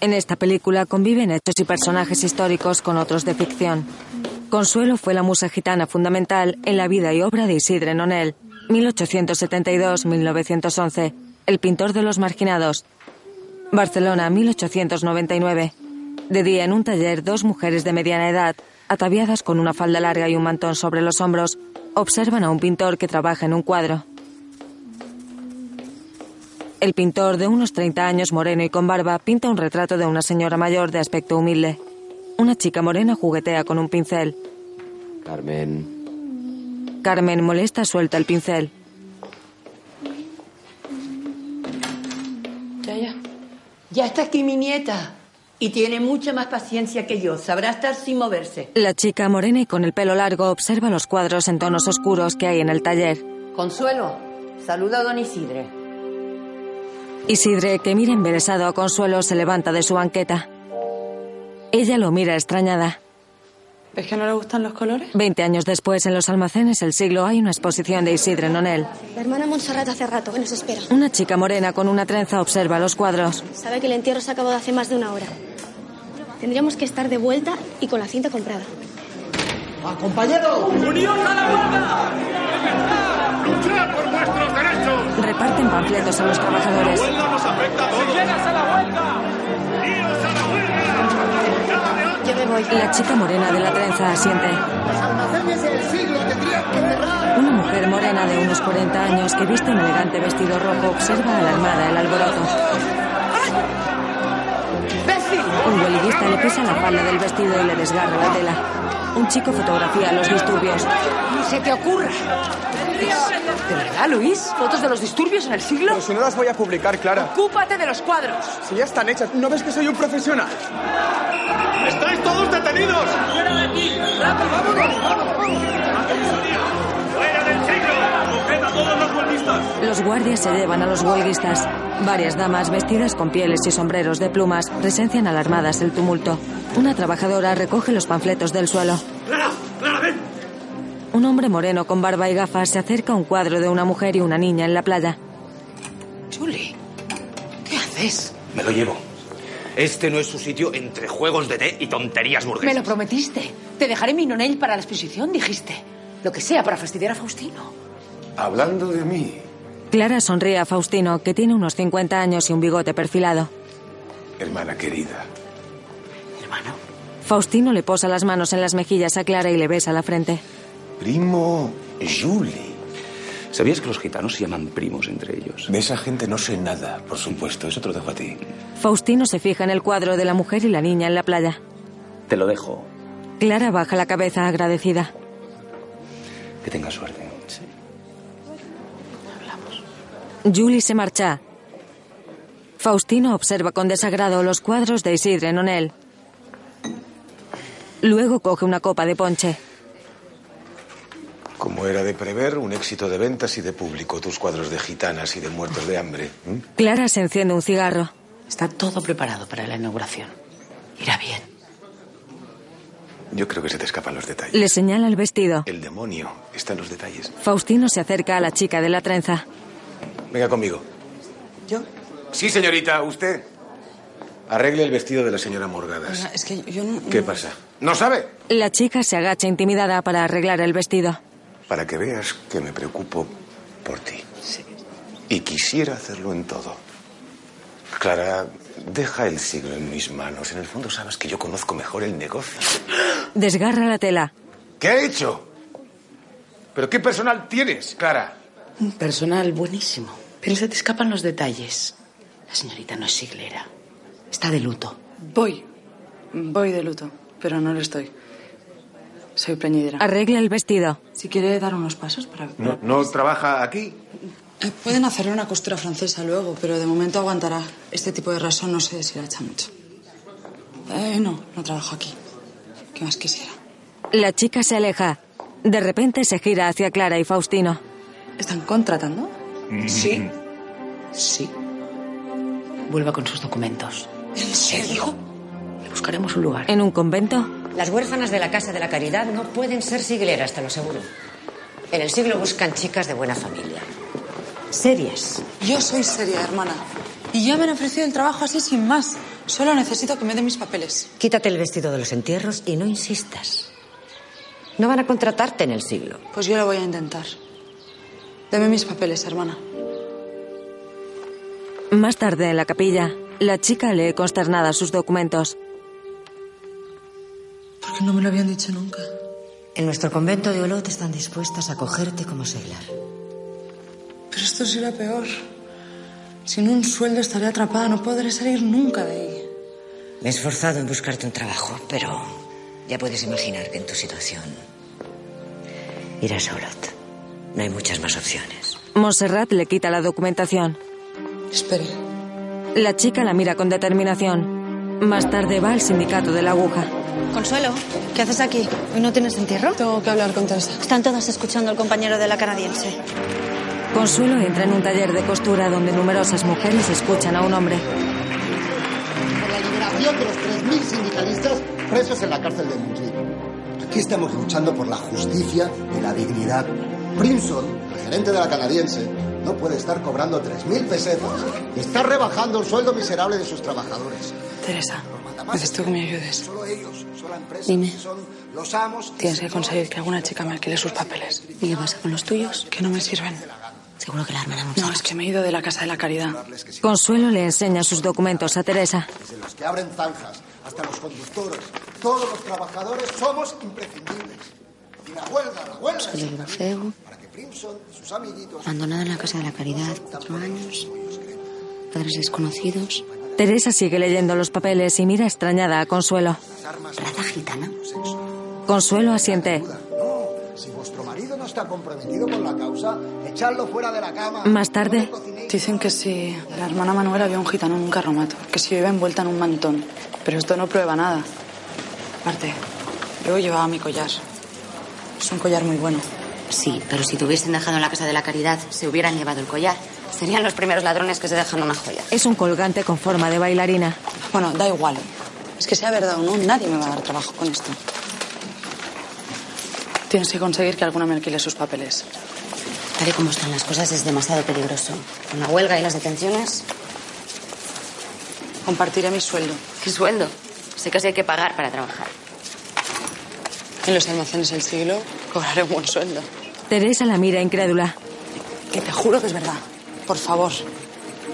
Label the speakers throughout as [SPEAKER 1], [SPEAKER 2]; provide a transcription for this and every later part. [SPEAKER 1] En esta película conviven hechos y personajes históricos con otros de ficción. Consuelo fue la musa gitana fundamental en la vida y obra de Isidre Nonel, 1872-1911, el pintor de los marginados. Barcelona, 1899. De día en un taller, dos mujeres de mediana edad, ataviadas con una falda larga y un mantón sobre los hombros, observan a un pintor que trabaja en un cuadro. El pintor, de unos 30 años, moreno y con barba, pinta un retrato de una señora mayor de aspecto humilde. Una chica morena juguetea con un pincel.
[SPEAKER 2] Carmen,
[SPEAKER 1] Carmen, molesta, suelta el pincel.
[SPEAKER 3] Ya, ya. Ya está aquí mi nieta. Y tiene mucha más paciencia que yo. Sabrá estar sin moverse.
[SPEAKER 1] La chica morena y con el pelo largo observa los cuadros en tonos oscuros que hay en el taller.
[SPEAKER 3] Consuelo, saluda a don Isidre.
[SPEAKER 1] Isidre, que mira embelesado a Consuelo, se levanta de su banqueta. Ella lo mira extrañada.
[SPEAKER 4] ¿Ves que no le gustan los colores?
[SPEAKER 1] Veinte años después, en los almacenes El Siglo hay una exposición de Isidre Nonel.
[SPEAKER 5] La hermana Montserrat hace rato que nos espera.
[SPEAKER 1] Una chica morena con una trenza observa los cuadros.
[SPEAKER 5] Sabe que el entierro se acabó de hace más de una hora. Tendríamos que estar de vuelta y con la cinta comprada.
[SPEAKER 6] ¡Compañero!
[SPEAKER 7] ¡Unión a la guarda!
[SPEAKER 6] ¡Luchad por vuestros derechos!
[SPEAKER 1] Reparten panfletos a los trabajadores.
[SPEAKER 7] nos afecta a todos! ¡Llegas a la huelga!
[SPEAKER 5] Yo me voy.
[SPEAKER 1] La chica morena de la trenza asiente.
[SPEAKER 6] Los almacenes del siglo tendrían que cerrar.
[SPEAKER 1] Una mujer morena de unos 40 años que viste un elegante vestido rojo observa alarmada el alboroto.
[SPEAKER 3] ¡Bessie!
[SPEAKER 1] Un boliguista le pisa la falda del vestido y le desgarra la tela. Un chico fotografía los disturbios.
[SPEAKER 3] ¡Ni se te ocurra! ¿De verdad, Luis? ¿Fotos de los disturbios en el siglo?
[SPEAKER 8] Pues
[SPEAKER 9] Pero si no las voy a publicar, Clara.
[SPEAKER 3] ¡Ocúpate de los cuadros!
[SPEAKER 9] Si ya están hechas, ¿no ves que soy un profesional?
[SPEAKER 7] ¡Estáis todos detenidos! ¡Fuera del siglo! ¡Coged a todos los huelguistas!
[SPEAKER 1] Los guardias se llevan a los huelguistas. Varias damas vestidas con pieles y sombreros de plumas presencian alarmadas el tumulto. Una trabajadora recoge los panfletos del suelo.
[SPEAKER 7] ¡Clara! ¡Clara, ven!
[SPEAKER 1] Un hombre moreno con barba y gafas se acerca a un cuadro de una mujer y una niña en la playa.
[SPEAKER 3] Julie, ¿qué haces?
[SPEAKER 10] Me lo llevo. Este no es su sitio entre juegos de té y tonterías
[SPEAKER 3] Me
[SPEAKER 10] burguesas.
[SPEAKER 3] lo prometiste. Te dejaré mi nonel para la exposición, dijiste. Lo que sea para fastidiar a Faustino.
[SPEAKER 2] hablando de mí,
[SPEAKER 1] Clara sonríe a Faustino, que tiene unos 50 años y un bigote perfilado.
[SPEAKER 2] hermana querida,
[SPEAKER 3] Hermano.
[SPEAKER 1] Faustino le posa las manos en las mejillas a Clara y le besa la frente.
[SPEAKER 2] primo Julie.
[SPEAKER 10] ¿Sabías que los gitanos se llaman primos entre ellos?
[SPEAKER 2] De esa gente no sé nada, por supuesto, eso te lo dejo a ti.
[SPEAKER 1] Faustino se fija en el cuadro de la mujer y la niña en la playa.
[SPEAKER 10] Te lo dejo.
[SPEAKER 1] Clara baja la cabeza agradecida.
[SPEAKER 10] Que tengas suerte.
[SPEAKER 1] Julie se marcha. Faustino observa con desagrado los cuadros de Isidre Nonel. Luego coge una copa de ponche.
[SPEAKER 2] Como era de prever, un éxito de ventas y de público, tus cuadros de gitanas y de muertos de hambre. ¿m?
[SPEAKER 1] Clara se enciende un cigarro.
[SPEAKER 3] Está todo preparado para la inauguración. Irá bien.
[SPEAKER 2] Yo creo que se te escapan los detalles.
[SPEAKER 1] Le señala el vestido.
[SPEAKER 2] El demonio está en los detalles.
[SPEAKER 1] Faustino se acerca a la chica de la trenza.
[SPEAKER 2] Venga conmigo.
[SPEAKER 4] ¿Yo?
[SPEAKER 2] Sí, señorita, usted. Arregle el vestido de la señora Morgadas.
[SPEAKER 4] Oiga, es que yo no...
[SPEAKER 2] ¿Qué
[SPEAKER 4] no-
[SPEAKER 2] pasa? ¿No sabe?
[SPEAKER 1] La chica se agacha intimidada para arreglar el vestido.
[SPEAKER 2] Para que veas que me preocupo por ti. Sí. Y quisiera hacerlo en todo. Clara, deja el siglo en mis manos. En el fondo sabes que yo conozco mejor el negocio.
[SPEAKER 1] Desgarra la tela.
[SPEAKER 2] ¿Qué he hecho? ¿Pero qué personal tienes, Clara?
[SPEAKER 3] Un personal buenísimo. Pero se te escapan los detalles. La señorita no es siglera. Está de luto.
[SPEAKER 4] Voy. Voy de luto, pero no lo estoy. Soy preñidera.
[SPEAKER 1] Arregla el vestido.
[SPEAKER 4] Si quiere dar unos pasos para...
[SPEAKER 2] ¿No, no trabaja aquí?
[SPEAKER 4] Eh, Pueden hacerle una costura francesa luego, pero de momento aguantará. Este tipo de razón no sé si la echa mucho. Eh, no, no trabajo aquí. ¿Qué más quisiera?
[SPEAKER 1] La chica se aleja. De repente se gira hacia Clara y Faustino.
[SPEAKER 4] ¿Están contratando?
[SPEAKER 3] Sí. Sí. Vuelva con sus documentos.
[SPEAKER 4] ¿En serio?
[SPEAKER 3] Le buscaremos un lugar.
[SPEAKER 1] ¿En un convento?
[SPEAKER 11] Las huérfanas de la Casa de la Caridad no pueden ser sigleras, te lo aseguro. En el siglo buscan chicas de buena familia. Serias.
[SPEAKER 4] Yo soy seria, hermana. Y ya me han ofrecido el trabajo así sin más. Solo necesito que me dé mis papeles.
[SPEAKER 11] Quítate el vestido de los entierros y no insistas. No van a contratarte en el siglo.
[SPEAKER 4] Pues yo lo voy a intentar. Deme mis papeles, hermana.
[SPEAKER 1] Más tarde en la capilla, la chica lee consternada sus documentos.
[SPEAKER 4] ¿Por qué no me lo habían dicho nunca?
[SPEAKER 11] En nuestro convento de Olot están dispuestas a cogerte como seglar.
[SPEAKER 4] Pero esto será peor. Sin un sueldo estaré atrapada, no podré salir nunca de ahí.
[SPEAKER 11] Me he esforzado en buscarte un trabajo, pero ya puedes imaginar que en tu situación irás a Olot. No hay muchas más opciones.
[SPEAKER 1] Montserrat le quita la documentación.
[SPEAKER 4] Espere.
[SPEAKER 1] La chica la mira con determinación. Más tarde va al sindicato de la aguja.
[SPEAKER 12] Consuelo, ¿qué haces aquí? ¿Hoy no tienes entierro?
[SPEAKER 4] Tengo que hablar con Teresa.
[SPEAKER 12] Están todas escuchando al compañero de la canadiense.
[SPEAKER 1] Consuelo entra en un taller de costura donde numerosas mujeres escuchan a un hombre.
[SPEAKER 13] Por la liberación de los 3.000 sindicalistas presos en la cárcel de Montreal. Aquí estamos luchando por la justicia y la dignidad. Primson, el gerente de la canadiense, no puede estar cobrando 3.000 pesetas. Está rebajando el sueldo miserable de sus trabajadores.
[SPEAKER 4] Teresa, necesito que me ayudes.
[SPEAKER 13] Solo ellos, sola empresa,
[SPEAKER 4] Dime.
[SPEAKER 13] son los amos.
[SPEAKER 4] Tienes que conseguir que alguna chica me alquile sus papeles.
[SPEAKER 12] ¿Y qué pasa con los tuyos?
[SPEAKER 4] Que no me sirven.
[SPEAKER 12] Seguro que la hermana
[SPEAKER 4] No, es que me he ido de la casa de la caridad.
[SPEAKER 1] Consuelo le enseña sus documentos a Teresa.
[SPEAKER 13] Desde los que abren zanjas hasta los conductores, todos los trabajadores somos imprescindibles. Y la huelga, la huelga.
[SPEAKER 12] Soy el Grafeo,
[SPEAKER 13] Para que Primson y sus amiguitos
[SPEAKER 12] abandonada en la casa de la caridad, cuatro años, padres desconocidos,
[SPEAKER 1] Teresa sigue leyendo los papeles y mira extrañada a Consuelo.
[SPEAKER 12] raza gitana.
[SPEAKER 1] Consuelo asiente.
[SPEAKER 13] Si vuestro marido no está comprometido con la causa, echadlo fuera de la cama.
[SPEAKER 1] Más tarde,
[SPEAKER 4] Dicen que si la hermana Manuela vio a un gitano en un carromato, que si yo iba envuelta en un mantón. Pero esto no prueba nada. Aparte, yo llevaba mi collar. Es un collar muy bueno.
[SPEAKER 12] Sí, pero si te hubiesen dejado en la casa de la caridad, se hubieran llevado el collar. Serían los primeros ladrones que se dejan una joya.
[SPEAKER 1] Es un colgante con forma de bailarina.
[SPEAKER 4] Bueno, da igual. Es que sea verdad o no, nadie me va a dar trabajo con esto. Tienes que conseguir que alguna me alquile sus papeles.
[SPEAKER 12] Tal y como están las cosas, es demasiado peligroso. Con la huelga y las detenciones,
[SPEAKER 4] Compartiré mi sueldo.
[SPEAKER 12] ¿qué sueldo? Sé que sí hay que pagar para trabajar.
[SPEAKER 4] En los almacenes del siglo cobraré un buen sueldo.
[SPEAKER 1] Teresa la mira incrédula.
[SPEAKER 4] Que te juro que es verdad. Por favor.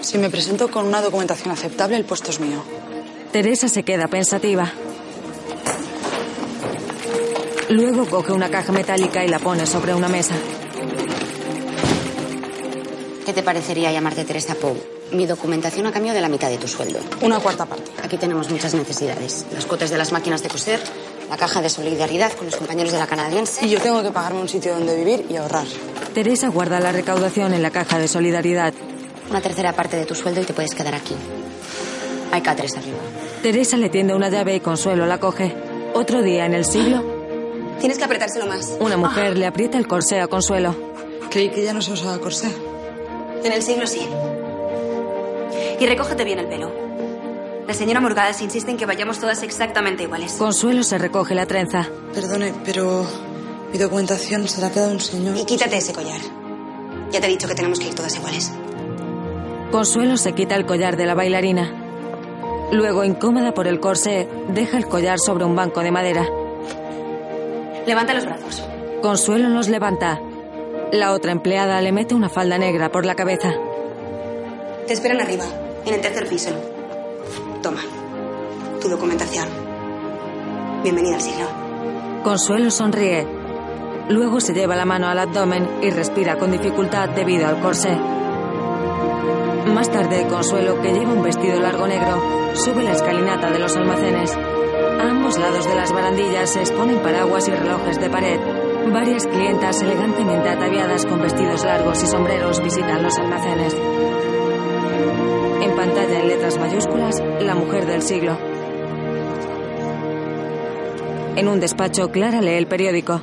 [SPEAKER 4] Si me presento con una documentación aceptable, el puesto es mío.
[SPEAKER 1] Teresa se queda pensativa. Luego coge una caja metálica y la pone sobre una mesa.
[SPEAKER 12] ¿Qué te parecería llamarte Teresa Pou? Mi documentación a cambio de la mitad de tu sueldo.
[SPEAKER 4] Una cuarta parte.
[SPEAKER 12] Aquí tenemos muchas necesidades. Las cuotas de las máquinas de coser, la caja de solidaridad con los compañeros de la canadiense.
[SPEAKER 4] Y yo tengo que pagarme un sitio donde vivir y ahorrar.
[SPEAKER 1] Teresa guarda la recaudación en la caja de solidaridad.
[SPEAKER 12] Una tercera parte de tu sueldo y te puedes quedar aquí. Hay catres arriba.
[SPEAKER 1] Teresa le tiende una llave y Consuelo la coge. Otro día en el siglo,
[SPEAKER 12] Tienes que apretárselo más.
[SPEAKER 1] una
[SPEAKER 5] Ah,
[SPEAKER 1] mujer le aprieta el corsé a Consuelo.
[SPEAKER 4] Creí que ya no se usaba corsé.
[SPEAKER 14] En el siglo sí. Y recógete bien el pelo. La señora Morgadas insiste en que vayamos todas exactamente iguales.
[SPEAKER 1] Consuelo se recoge la trenza.
[SPEAKER 4] Perdone, pero mi documentación se la ha quedado un señor.
[SPEAKER 14] Y quítate ese collar. Ya te he dicho que tenemos que ir todas iguales.
[SPEAKER 1] Consuelo se quita el collar de la bailarina. Luego, incómoda por el corsé, deja el collar sobre un banco de madera.
[SPEAKER 14] Levanta los brazos.
[SPEAKER 1] Consuelo los levanta. La otra empleada le mete una falda negra por la cabeza.
[SPEAKER 14] Te esperan arriba, en el tercer piso. Toma, tu documentación. Bienvenida al siglo.
[SPEAKER 1] Consuelo sonríe. Luego se lleva la mano al abdomen y respira con dificultad debido al corsé. Más tarde, Consuelo, que lleva un vestido largo negro, sube la escalinata de los almacenes. A ambos lados de las barandillas se exponen paraguas y relojes de pared. Varias clientas elegantemente ataviadas con vestidos largos y sombreros visitan los almacenes. En pantalla en letras mayúsculas, la mujer del siglo. En un despacho, Clara lee el periódico.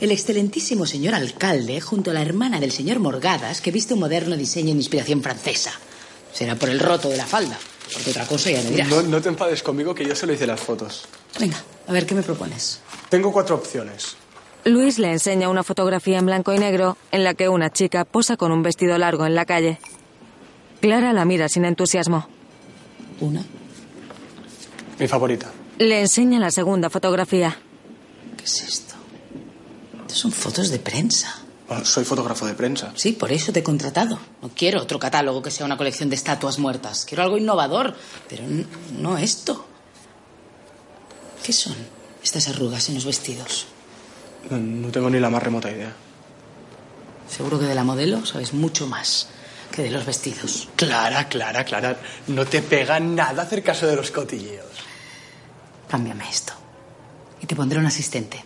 [SPEAKER 15] El excelentísimo señor alcalde, junto a la hermana del señor Morgadas, que viste un moderno diseño de inspiración francesa. Será por el roto de la falda, porque otra cosa ya me dirás.
[SPEAKER 9] No, no te enfades conmigo, que yo solo hice las fotos.
[SPEAKER 15] Venga, a ver qué me propones.
[SPEAKER 9] Tengo cuatro opciones.
[SPEAKER 1] Luis le enseña una fotografía en blanco y negro en la que una chica posa con un vestido largo en la calle. Clara la mira sin entusiasmo.
[SPEAKER 15] Una,
[SPEAKER 8] Mi favorita.
[SPEAKER 1] Le enseña la segunda fotografía.
[SPEAKER 15] ¿Qué es esto? Estas son fotos de prensa.
[SPEAKER 8] Bueno, Ah, soy fotógrafo de prensa.
[SPEAKER 15] Sí, por eso te he contratado. No quiero otro catálogo que sea una colección de estatuas muertas. Quiero algo innovador, pero n- no esto. ¿Qué son estas arrugas en los vestidos?
[SPEAKER 8] No, no tengo ni la más remota idea.
[SPEAKER 15] Seguro que de la modelo sabes mucho más que de los vestidos.
[SPEAKER 8] Clara, Clara, Clara. No te pega nada hacer caso de los cotilleos.
[SPEAKER 15] Cámbiame esto. Y te pondré un asistente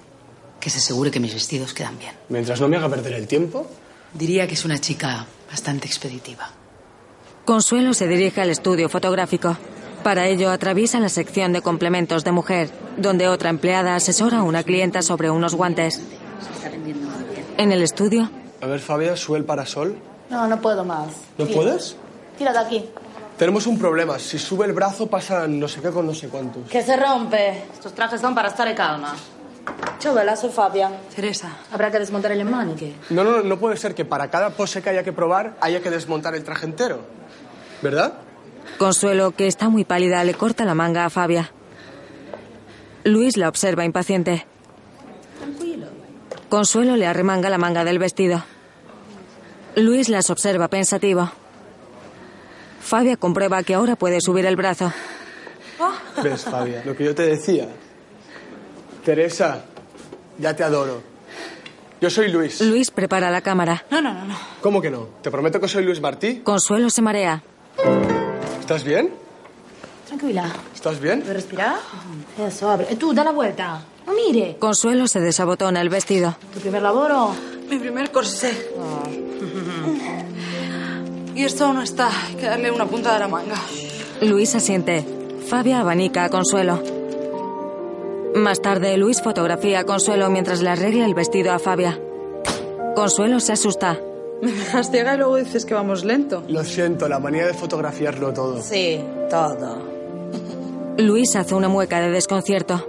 [SPEAKER 15] que se asegure que mis vestidos quedan bien.
[SPEAKER 8] Mientras no me haga perder el tiempo.
[SPEAKER 15] Diría que es una chica bastante expeditiva.
[SPEAKER 1] Consuelo se dirige al estudio fotográfico. Para ello atraviesa la sección de complementos de mujer, donde otra empleada asesora a una clienta sobre unos guantes. En el estudio,
[SPEAKER 8] A ver, Fabia, sube el parasol.
[SPEAKER 16] No, no puedo más.
[SPEAKER 8] ¿No
[SPEAKER 16] Tira-
[SPEAKER 8] puedes?
[SPEAKER 16] Tira de aquí.
[SPEAKER 8] Tenemos un problema. Si sube el brazo pasa no sé qué con no sé cuántos.
[SPEAKER 16] Que se rompe. Estos trajes son para estar en calma. Chovela, soy Fabia.
[SPEAKER 4] Teresa.
[SPEAKER 16] Habrá que desmontar el emmanque.
[SPEAKER 8] No, no, no puede ser que para cada pose que haya que probar haya que desmontar el traje entero. ¿Verdad?
[SPEAKER 1] Consuelo, que está muy pálida, le corta la manga a Fabia. Luis la observa impaciente. Consuelo le arremanga la manga del vestido. Luis las observa pensativo. Fabia comprueba que ahora puede subir el brazo.
[SPEAKER 8] ¿Ves, Fabia? Lo que yo te decía. Teresa, ya te adoro. Yo soy Luis.
[SPEAKER 1] Luis prepara la cámara.
[SPEAKER 4] No, no, no, no.
[SPEAKER 8] ¿Cómo que no? Te prometo que soy Luis Martí.
[SPEAKER 1] Consuelo se marea.
[SPEAKER 8] ¿Estás bien?
[SPEAKER 16] Tranquila.
[SPEAKER 8] ¿Estás bien?
[SPEAKER 16] ¿Puedes respirar? Eso, abre. Eh, Tú, da la vuelta. No mire.
[SPEAKER 1] Consuelo se desabotona el vestido.
[SPEAKER 16] ¿Tu primer laboro?
[SPEAKER 4] Mi primer corsé. Y esto aún no está. Hay que darle una punta de la manga.
[SPEAKER 1] Luis asiente. Fabia abanica a Consuelo. Más tarde, Luis fotografía a Consuelo mientras le arregla el vestido a Fabia. Consuelo se asusta.
[SPEAKER 4] Me dejas ciega y luego dices que vamos lento.
[SPEAKER 8] Lo siento, la manía de fotografiarlo todo.
[SPEAKER 4] Sí, todo.
[SPEAKER 1] Luis hace una mueca de desconcierto.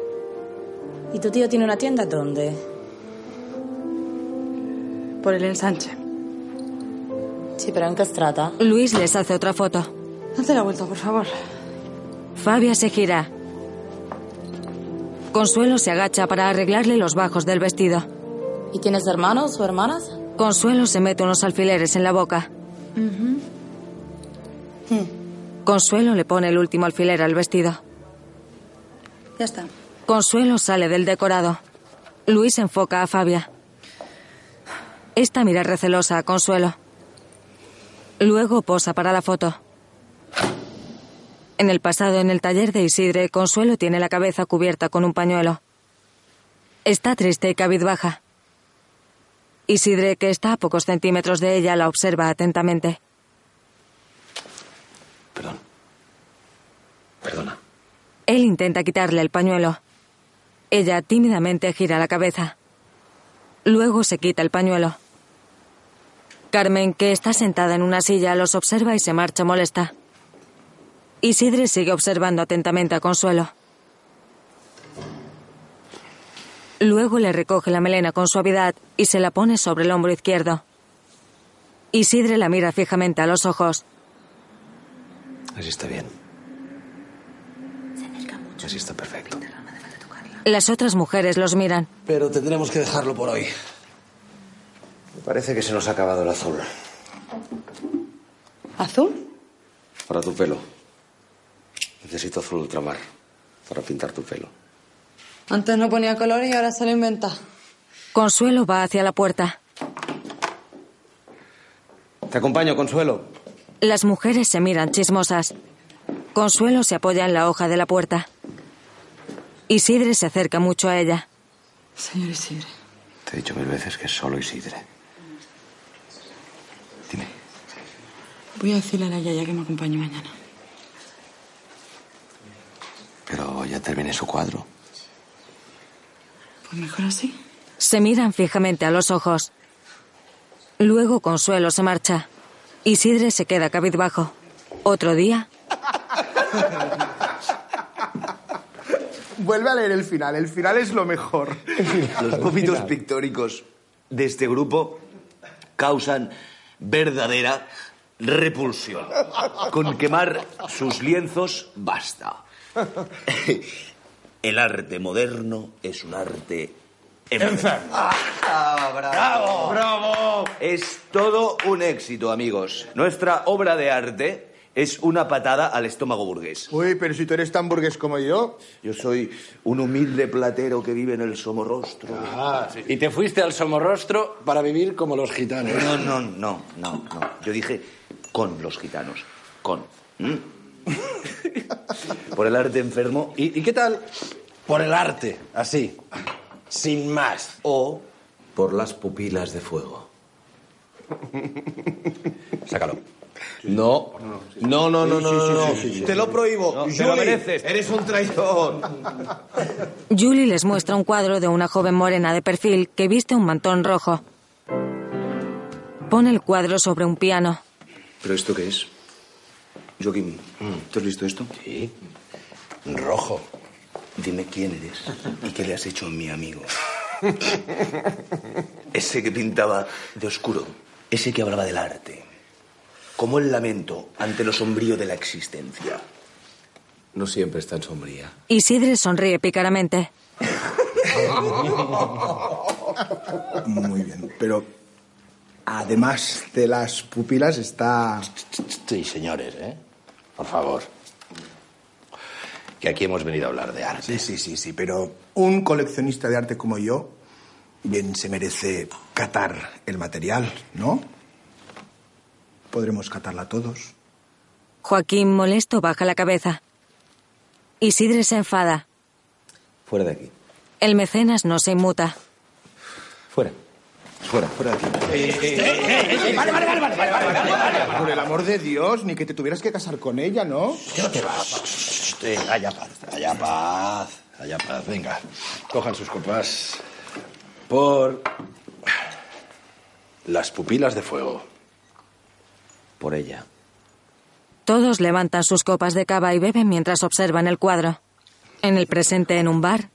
[SPEAKER 17] ¿Y tu tío tiene una tienda dónde?
[SPEAKER 4] Por el ensanche.
[SPEAKER 17] Sí, pero en Castrata.
[SPEAKER 1] Luis les hace otra foto.
[SPEAKER 4] Date la vuelta, por favor.
[SPEAKER 1] Fabia se gira. Consuelo se agacha para arreglarle los bajos del vestido.
[SPEAKER 17] ¿Y tienes hermanos o hermanas?
[SPEAKER 1] Consuelo se mete unos alfileres en la boca.
[SPEAKER 17] Hmm.
[SPEAKER 1] Consuelo le pone el último alfiler al vestido.
[SPEAKER 4] Ya está.
[SPEAKER 1] Consuelo sale del decorado. Luis enfoca a Fabia. Esta mira recelosa a Consuelo. Luego posa para la foto. En el pasado, en el taller de Isidre, Consuelo tiene la cabeza cubierta con un pañuelo. Está triste y cabizbaja. Isidre, que está a pocos centímetros de ella, la observa atentamente.
[SPEAKER 10] Perdona.
[SPEAKER 1] Él intenta quitarle el pañuelo. Ella tímidamente gira la cabeza. Luego se quita el pañuelo. Carmen, que está sentada en una silla, los observa y se marcha molesta. Isidre sigue observando atentamente a Consuelo. Luego le recoge la melena con suavidad y se la pone sobre el hombro izquierdo. Isidre la mira fijamente a los ojos.
[SPEAKER 10] Así está bien. Así está perfecto.
[SPEAKER 1] Las otras mujeres los miran.
[SPEAKER 9] Pero tendremos que dejarlo por hoy.
[SPEAKER 10] Me parece que se nos ha acabado el azul.
[SPEAKER 4] ¿Azul?
[SPEAKER 10] Para tu pelo. Necesito azul ultramar para pintar tu pelo.
[SPEAKER 4] Antes no ponía color y ahora se lo inventa.
[SPEAKER 1] Consuelo va hacia la puerta.
[SPEAKER 10] Te acompaño, Consuelo.
[SPEAKER 1] Las mujeres se miran chismosas. Consuelo se apoya en la hoja de la puerta. Isidre se acerca mucho a ella.
[SPEAKER 4] Señor Isidre.
[SPEAKER 10] Te he dicho mil veces que es solo Isidre.
[SPEAKER 4] Voy a decirle a la Yaya que me acompañe mañana.
[SPEAKER 10] Pero ya terminé su cuadro.
[SPEAKER 4] Pues mejor así.
[SPEAKER 1] Se miran fijamente a los ojos. Luego Consuelo se marcha. Isidre se queda cabizbajo. Otro día,
[SPEAKER 8] Vuelve a leer el final. El final es lo mejor.
[SPEAKER 9] Los vómitos pictóricos de este grupo causan verdadera
[SPEAKER 10] repulsión. Con quemar sus lienzos basta. El arte moderno es un arte enfermo.
[SPEAKER 18] Ah,
[SPEAKER 19] bravo.
[SPEAKER 10] ¡Bravo! Es todo un éxito, amigos. Nuestra obra de arte es una patada al estómago burgués.
[SPEAKER 9] Uy, pero si tú eres tan burgués como yo.
[SPEAKER 10] Yo soy un humilde platero que vive en el Somorrostro.
[SPEAKER 19] Ah, y te fuiste al somorrostro para vivir como los gitanos.
[SPEAKER 10] No, no, no, no, no. Yo dije con los gitanos. Con. ¿Mm? Por el arte enfermo. ¿Y, y qué tal?
[SPEAKER 19] Por el arte, así. Sin más.
[SPEAKER 10] O por las pupilas de fuego.
[SPEAKER 19] Sácalo. No. No, no, no, no, no, no. Te lo prohíbo.
[SPEAKER 10] te
[SPEAKER 19] Julie,
[SPEAKER 10] lo mereces.
[SPEAKER 19] Eres un traidor.
[SPEAKER 1] Julie les muestra un cuadro de una joven morena de perfil que viste un mantón rojo. Pone el cuadro sobre un piano.
[SPEAKER 2] ¿Pero esto qué es? Joaquín, ¿tú has visto esto?
[SPEAKER 10] Mm. Sí. Rojo. Dime quién eres y qué le has hecho a mi amigo. Ese que pintaba de oscuro. Ese que hablaba del arte. Como el lamento ante lo sombrío de la existencia.
[SPEAKER 19] No siempre es tan sombría.
[SPEAKER 1] Isidre sonríe pícaramente.
[SPEAKER 18] Muy bien, pero además de las pupilas está...
[SPEAKER 10] Sí, señores, ¿eh? Por favor. Que aquí hemos venido a hablar de arte.
[SPEAKER 18] Sí, sí, sí, sí, pero un coleccionista de arte como yo bien se merece catar el material, ¿no? Podremos catarla todos.
[SPEAKER 1] Joaquín, molesto, baja la cabeza. Isidre se enfada.
[SPEAKER 10] Fuera de aquí.
[SPEAKER 1] El mecenas no se inmuta.
[SPEAKER 10] Fuera. Fuera, fuera de aquí.
[SPEAKER 18] Eh, vale, vale, vale, vale, Por el amor de Dios, ni que te tuvieras que casar con ella, ¿no?
[SPEAKER 10] No te vas. Eh, Haya paz, haya paz, haya paz. Venga, cojan sus copas. Por las pupilas de fuego. Por ella.
[SPEAKER 1] Todos levantan sus copas de cava y beben mientras observan el cuadro. En el presente, en un bar,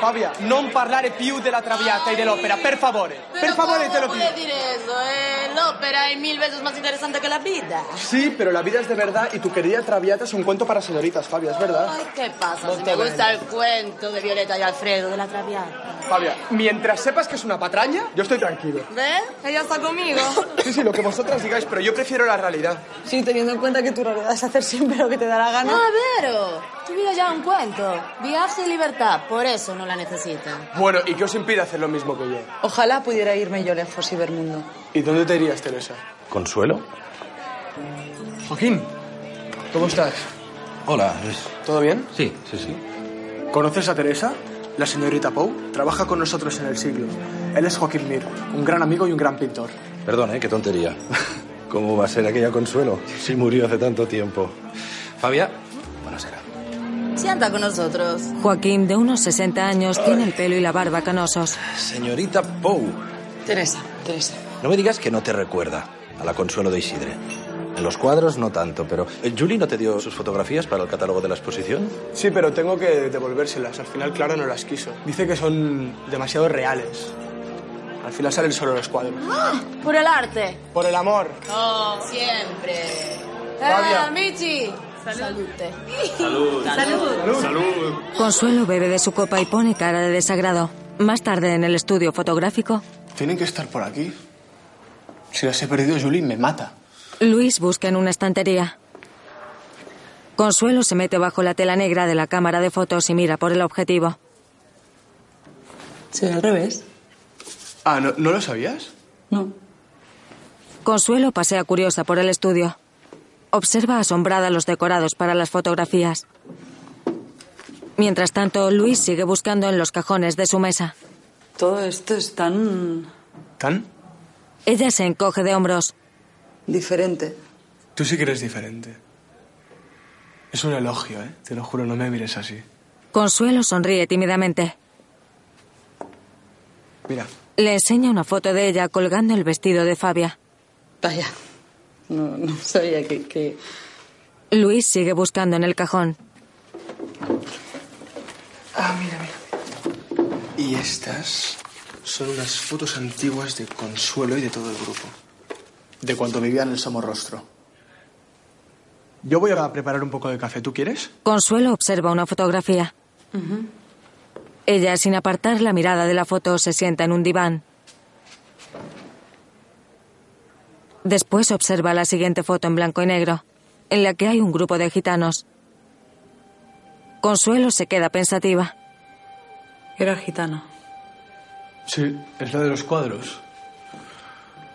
[SPEAKER 8] Fabia, non parlare più della Traviata e dell'opera, per favore. Per favore, te lo pido.
[SPEAKER 16] dire eso? Eh, l'opera es mil veces más interesante que la vida.
[SPEAKER 8] Sí, pero la vida es de verdad y tu querida Traviata es un cuento para señoritas, Fabia, es verdad.
[SPEAKER 16] Ay, ¿qué pasa?
[SPEAKER 8] No
[SPEAKER 16] si
[SPEAKER 8] te
[SPEAKER 16] me gusta
[SPEAKER 8] ven.
[SPEAKER 16] el cuento de Violeta y Alfredo de la Traviata.
[SPEAKER 8] Fabia, mientras sepas que es una patraña, yo estoy tranquilo.
[SPEAKER 16] ¿Ves? Ella está conmigo.
[SPEAKER 8] Sí, sí, lo que vosotras digáis, pero yo prefiero la realidad.
[SPEAKER 20] Sí, teniendo en cuenta que tu realidad es hacer siempre lo que te da la
[SPEAKER 16] No,
[SPEAKER 4] oh,
[SPEAKER 16] Vero, tu vida ya un cuento. Viaje y libertad, por eso no la necesitan.
[SPEAKER 8] Bueno, ¿y qué os impide hacer lo mismo que yo?
[SPEAKER 4] Ojalá pudiera irme yo lejos y ver mundo.
[SPEAKER 8] ¿Y dónde te irías, Teresa?
[SPEAKER 10] ¿Consuelo?
[SPEAKER 8] Joaquín, ¿cómo estás?
[SPEAKER 10] Hola.
[SPEAKER 8] ¿Todo bien?
[SPEAKER 10] Sí, sí, sí.
[SPEAKER 8] ¿Conoces a Teresa? La señorita Pou trabaja con nosotros en el siglo. Él es Joaquín Mir, un gran amigo y un gran pintor.
[SPEAKER 19] Perdón, ¿eh? Qué tontería. ¿Cómo va a ser aquella consuelo? Si murió hace tanto tiempo. Fabia, bueno será.
[SPEAKER 16] Sienta con nosotros.
[SPEAKER 1] Joaquín, de unos 60 años, tiene el pelo y la barba canosos.
[SPEAKER 19] Señorita Pou,
[SPEAKER 4] Teresa, Teresa.
[SPEAKER 19] no me digas que no te recuerda a la consuelo de Isidre. En los cuadros no tanto, pero... eh, ¿Julie no te dio sus fotografías para el catálogo de la exposición?
[SPEAKER 8] Sí, pero tengo que devolvérselas. Al final, claro, no las quiso. Dice que son demasiado reales. Al final salen solo los cuadros.
[SPEAKER 16] Ah, por el arte.
[SPEAKER 8] Por el amor.
[SPEAKER 16] Oh, siempre.
[SPEAKER 8] Fabia.
[SPEAKER 16] Eh, Michi. Salute.
[SPEAKER 7] Salud.
[SPEAKER 16] Salud.
[SPEAKER 7] Salud.
[SPEAKER 1] Consuelo bebe de su copa y pone cara de desagrado. Más tarde, en el estudio fotográfico,
[SPEAKER 8] Tienen que estar por aquí. Si las he perdido, Julie me mata.
[SPEAKER 1] Luis busca en una estantería. Consuelo se mete bajo la tela negra de la cámara de fotos y mira por el objetivo.
[SPEAKER 4] ¿Se ve al revés?
[SPEAKER 8] Ah, ¿no, no lo sabías?
[SPEAKER 1] Consuelo pasea curiosa por el estudio. Observa asombrada los decorados para las fotografías. Mientras tanto, Luis sigue buscando en los cajones de su mesa.
[SPEAKER 4] Todo esto es tan
[SPEAKER 8] ¿Tan?
[SPEAKER 1] Ella se encoge de hombros.
[SPEAKER 4] diferente.
[SPEAKER 8] Tú sí que eres diferente. Es un elogio, ¿eh? Te lo juro, no me mires así.
[SPEAKER 1] Consuelo sonríe tímidamente.
[SPEAKER 8] Mira.
[SPEAKER 1] Le enseña una foto de ella colgando el vestido de Fabia.
[SPEAKER 4] Vaya, no, no sabía que, que...
[SPEAKER 1] Luis sigue buscando en el cajón.
[SPEAKER 8] Ah, mira, mira. Y estas son unas fotos antiguas de Consuelo y de todo el grupo. de cuando vivía en el Somorrostro. Yo voy a preparar un poco de café. ¿Tú quieres?
[SPEAKER 1] Consuelo observa una fotografía. Ella, sin apartar la mirada de la foto, se sienta en un diván. Después observa la siguiente foto en blanco y negro, en la que hay un grupo de gitanos. Consuelo se queda pensativa.
[SPEAKER 4] Era gitana.
[SPEAKER 8] Sí, es la de los cuadros.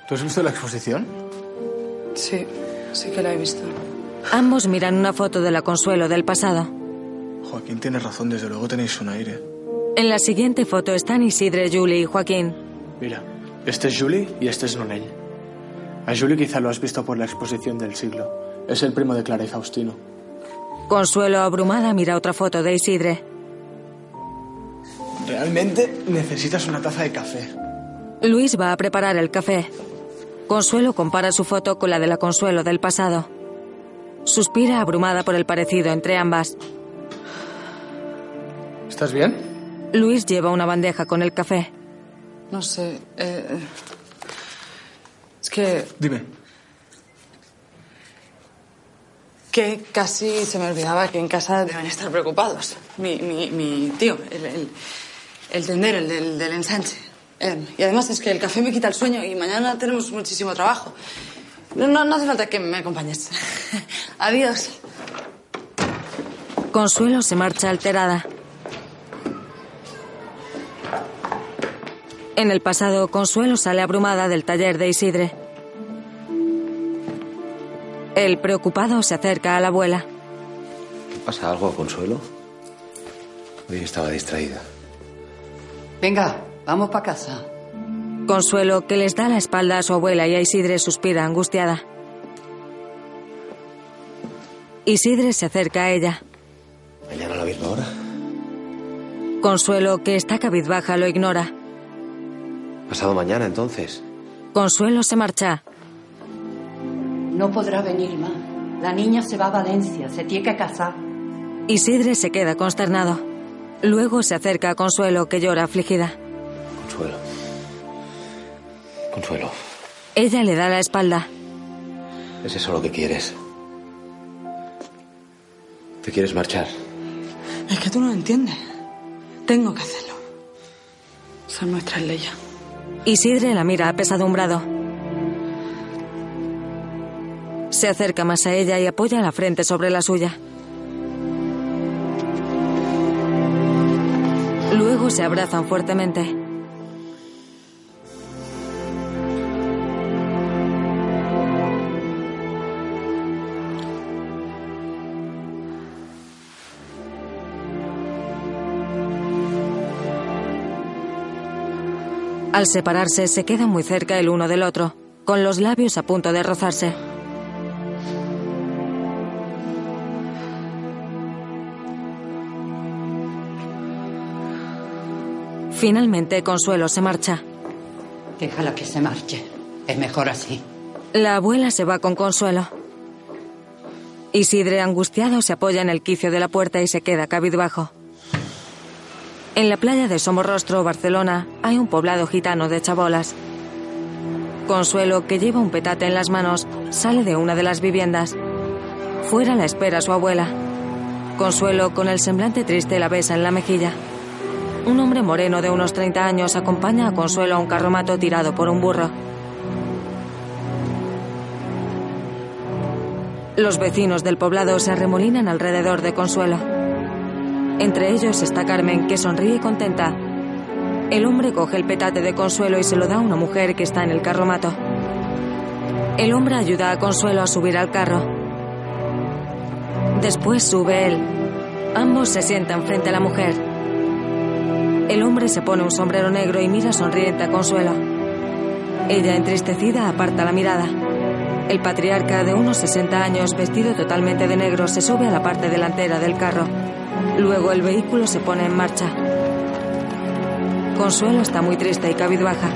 [SPEAKER 8] ¿Tú has visto la exposición?
[SPEAKER 4] Sí, sí que la he visto.
[SPEAKER 1] Ambos miran una foto de la Consuelo del pasado.
[SPEAKER 8] Joaquín, tienes razón, desde luego tenéis un aire.
[SPEAKER 1] En la siguiente foto están Isidre, Julie y Joaquín.
[SPEAKER 8] Mira, este es Julie y este es Nonel. A Julie quizá lo has visto por la exposición del siglo. Es el primo de Clara y Faustino.
[SPEAKER 1] Consuelo, abrumada, mira otra foto de Isidre.
[SPEAKER 8] Realmente necesitas una taza de café.
[SPEAKER 1] Luis va a preparar el café. Consuelo compara su foto con la de la Consuelo del pasado. Suspira abrumada por el parecido entre ambas.
[SPEAKER 8] ¿Estás bien?
[SPEAKER 1] Luis lleva una bandeja con el café.
[SPEAKER 4] No sé. eh, es que,
[SPEAKER 8] Dime.
[SPEAKER 4] que casi se me olvidaba que en casa deben estar preocupados. Mi, mi, mi tío, el, el, el tendero, el del, del ensanche. Eh, y además es que el café me quita el sueño y mañana tenemos muchísimo trabajo. No, no, no hace falta que me acompañes. Adiós.
[SPEAKER 1] Consuelo se marcha alterada. En el pasado, Consuelo sale abrumada del taller de Isidre. El preocupado se acerca a la abuela.
[SPEAKER 10] ¿Pasa algo, Consuelo?
[SPEAKER 2] Hoy estaba distraída.
[SPEAKER 21] Venga, vamos para casa.
[SPEAKER 1] Consuelo, que les da la espalda a su abuela y a Isidre, suspira angustiada. Isidre se acerca a ella.
[SPEAKER 2] Mañana a la misma hora.
[SPEAKER 1] Consuelo, que está cabizbaja, lo ignora.
[SPEAKER 2] Pasado mañana, entonces.
[SPEAKER 1] Consuelo se marcha.
[SPEAKER 22] No podrá venir más. La niña se va a Valencia, se tiene que casar.
[SPEAKER 1] Isidre se queda consternado. Luego se acerca a Consuelo, que llora afligida.
[SPEAKER 10] Consuelo. Consuelo,
[SPEAKER 1] Ella le da la espalda.
[SPEAKER 10] ¿es eso lo que quieres? ¿Te quieres marchar?
[SPEAKER 4] Es que tú no lo entiendes. Tengo que hacerlo. Son nuestras leyes.
[SPEAKER 1] Isidre la mira apesadumbrado. Se acerca más a ella y apoya la frente sobre la suya. Luego se abrazan fuertemente. Al separarse, se quedan muy cerca el uno del otro, con los labios a punto de rozarse. Finalmente, Consuelo se marcha.
[SPEAKER 21] Déjala que se marche. Es mejor así.
[SPEAKER 1] La abuela se va con Consuelo. Isidre, angustiado, se apoya en el quicio de la puerta y se queda cabizbajo. En la playa de Somorrostro, Barcelona, hay un poblado gitano de chabolas. Consuelo, que lleva un petate en las manos, sale de una de las viviendas. Fuera la espera su abuela. Consuelo, con el semblante triste, la besa en la mejilla. Un hombre moreno de unos 30 años acompaña a Consuelo a un carromato tirado por un burro. Los vecinos del poblado se arremolinan alrededor de Consuelo. Entre ellos está Carmen, que sonríe contenta. El hombre coge el petate de Consuelo y se lo da a una mujer que está en el carromato. El hombre ayuda a Consuelo a subir al carro. Después sube él. Ambos se sientan frente a la mujer. El hombre se pone un sombrero negro y mira sonriente a Consuelo. Ella, entristecida, aparta la mirada. El patriarca, de unos 60 años, vestido totalmente de negro, se sube a la parte delantera del carro. Luego el vehículo se pone en marcha. Consuelo está muy triste y cabizbaja.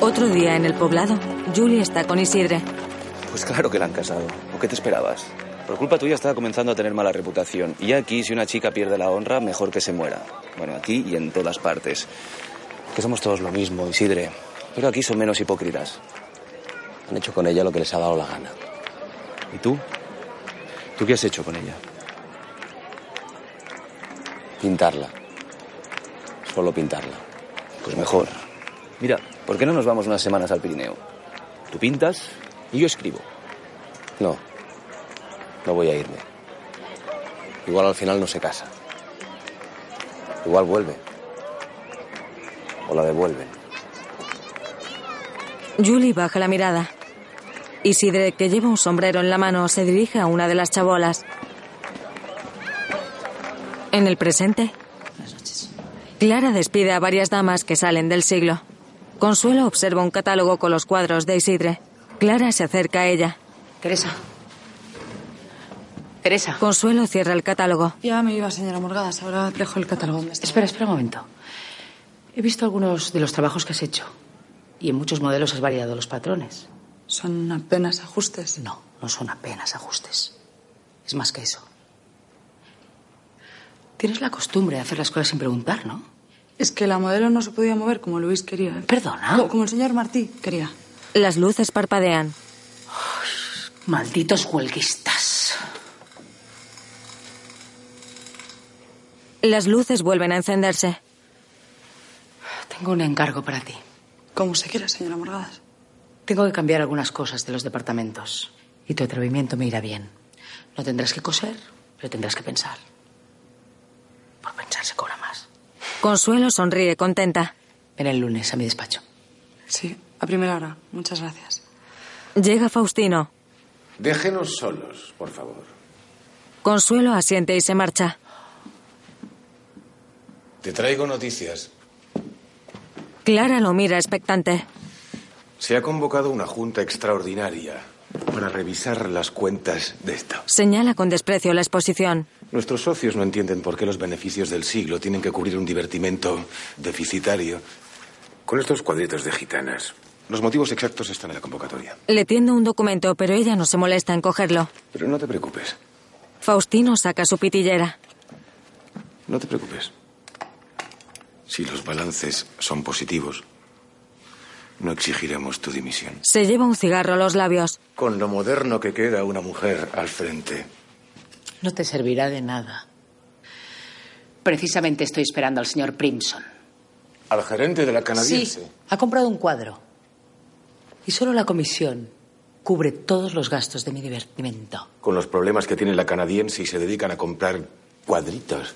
[SPEAKER 1] Otro día en el poblado, Julie está con Isidre.
[SPEAKER 23] Pues claro que la han casado. ¿O qué te esperabas? Por culpa tuya estaba comenzando a tener mala reputación. Y aquí, si una chica pierde la honra, mejor que se muera. Bueno, aquí y en todas partes. Que somos todos lo mismo, Isidre.
[SPEAKER 10] Pero aquí son menos hipócritas. Han hecho con ella lo que les ha dado la gana. ¿Y tú? ¿Tú qué has hecho con ella? Pintarla. Solo pintarla. Pues mejor. Mira, ¿por qué no nos vamos unas semanas al Pirineo? Tú pintas y yo escribo. No. No voy a irme. Igual al final no se casa. Igual vuelve. O la devuelven.
[SPEAKER 1] Julie baja la mirada. Isidre, que lleva un sombrero en la mano, se dirige a una de las chabolas. En el presente, Clara despide a varias damas que salen del siglo. Consuelo observa un catálogo con los cuadros de Isidre. Clara se acerca a ella.
[SPEAKER 12] Teresa. Teresa.
[SPEAKER 1] Consuelo cierra el catálogo.
[SPEAKER 4] Ya me iba, señora Morgadas. Ahora dejo el catálogo.
[SPEAKER 15] Espera, espera un momento. He visto algunos de los trabajos que has hecho. Y en muchos modelos has variado los patrones.
[SPEAKER 4] ¿Son apenas ajustes?
[SPEAKER 15] No, no son apenas ajustes. Es más que eso. Tienes la costumbre de hacer las cosas sin preguntar, ¿no?
[SPEAKER 4] Es que la modelo no se podía mover como Luis quería. ¿eh?
[SPEAKER 15] Perdona.
[SPEAKER 4] Co- Como el señor Martí quería.
[SPEAKER 1] Las luces parpadean.
[SPEAKER 15] Malditos huelguistas.
[SPEAKER 1] Las luces vuelven a encenderse.
[SPEAKER 15] Tengo un encargo para ti.
[SPEAKER 4] Como se quiera, señora Morgadas.
[SPEAKER 15] Tengo que cambiar algunas cosas de los departamentos. Y tu atrevimiento me irá bien. No tendrás que coser, pero tendrás que pensar. Por pensar se cobra más.
[SPEAKER 1] Consuelo sonríe contenta.
[SPEAKER 15] Ven el lunes a mi despacho.
[SPEAKER 4] Sí, a primera hora. Muchas gracias.
[SPEAKER 1] Llega Faustino.
[SPEAKER 2] Déjenos solos, por favor.
[SPEAKER 1] Consuelo asiente y se marcha.
[SPEAKER 2] Te traigo noticias.
[SPEAKER 1] Clara lo mira expectante.
[SPEAKER 2] Se ha convocado una junta extraordinaria para revisar las cuentas de esta.
[SPEAKER 1] Señala con desprecio la exposición.
[SPEAKER 2] Nuestros socios no entienden por qué los beneficios del siglo tienen que cubrir un divertimento deficitario. Con estos cuadritos de gitanas. Los motivos exactos están en la convocatoria.
[SPEAKER 1] Le tiende un documento, pero ella no se molesta en cogerlo.
[SPEAKER 2] Pero no te preocupes,
[SPEAKER 1] Faustino saca su pitillera.
[SPEAKER 2] no te preocupes. Si los balances son positivos, no exigiremos tu dimisión.
[SPEAKER 1] Se lleva un cigarro a los labios.
[SPEAKER 2] Con lo moderno que queda una mujer al frente.
[SPEAKER 15] No te servirá de nada. Precisamente estoy esperando al señor Primson.
[SPEAKER 2] Al gerente de la
[SPEAKER 15] Sí, ha comprado un cuadro. Y solo la comisión cubre todos los gastos de mi divertimento.
[SPEAKER 2] Con los problemas que tiene la canadiense y se dedican a comprar cuadritos.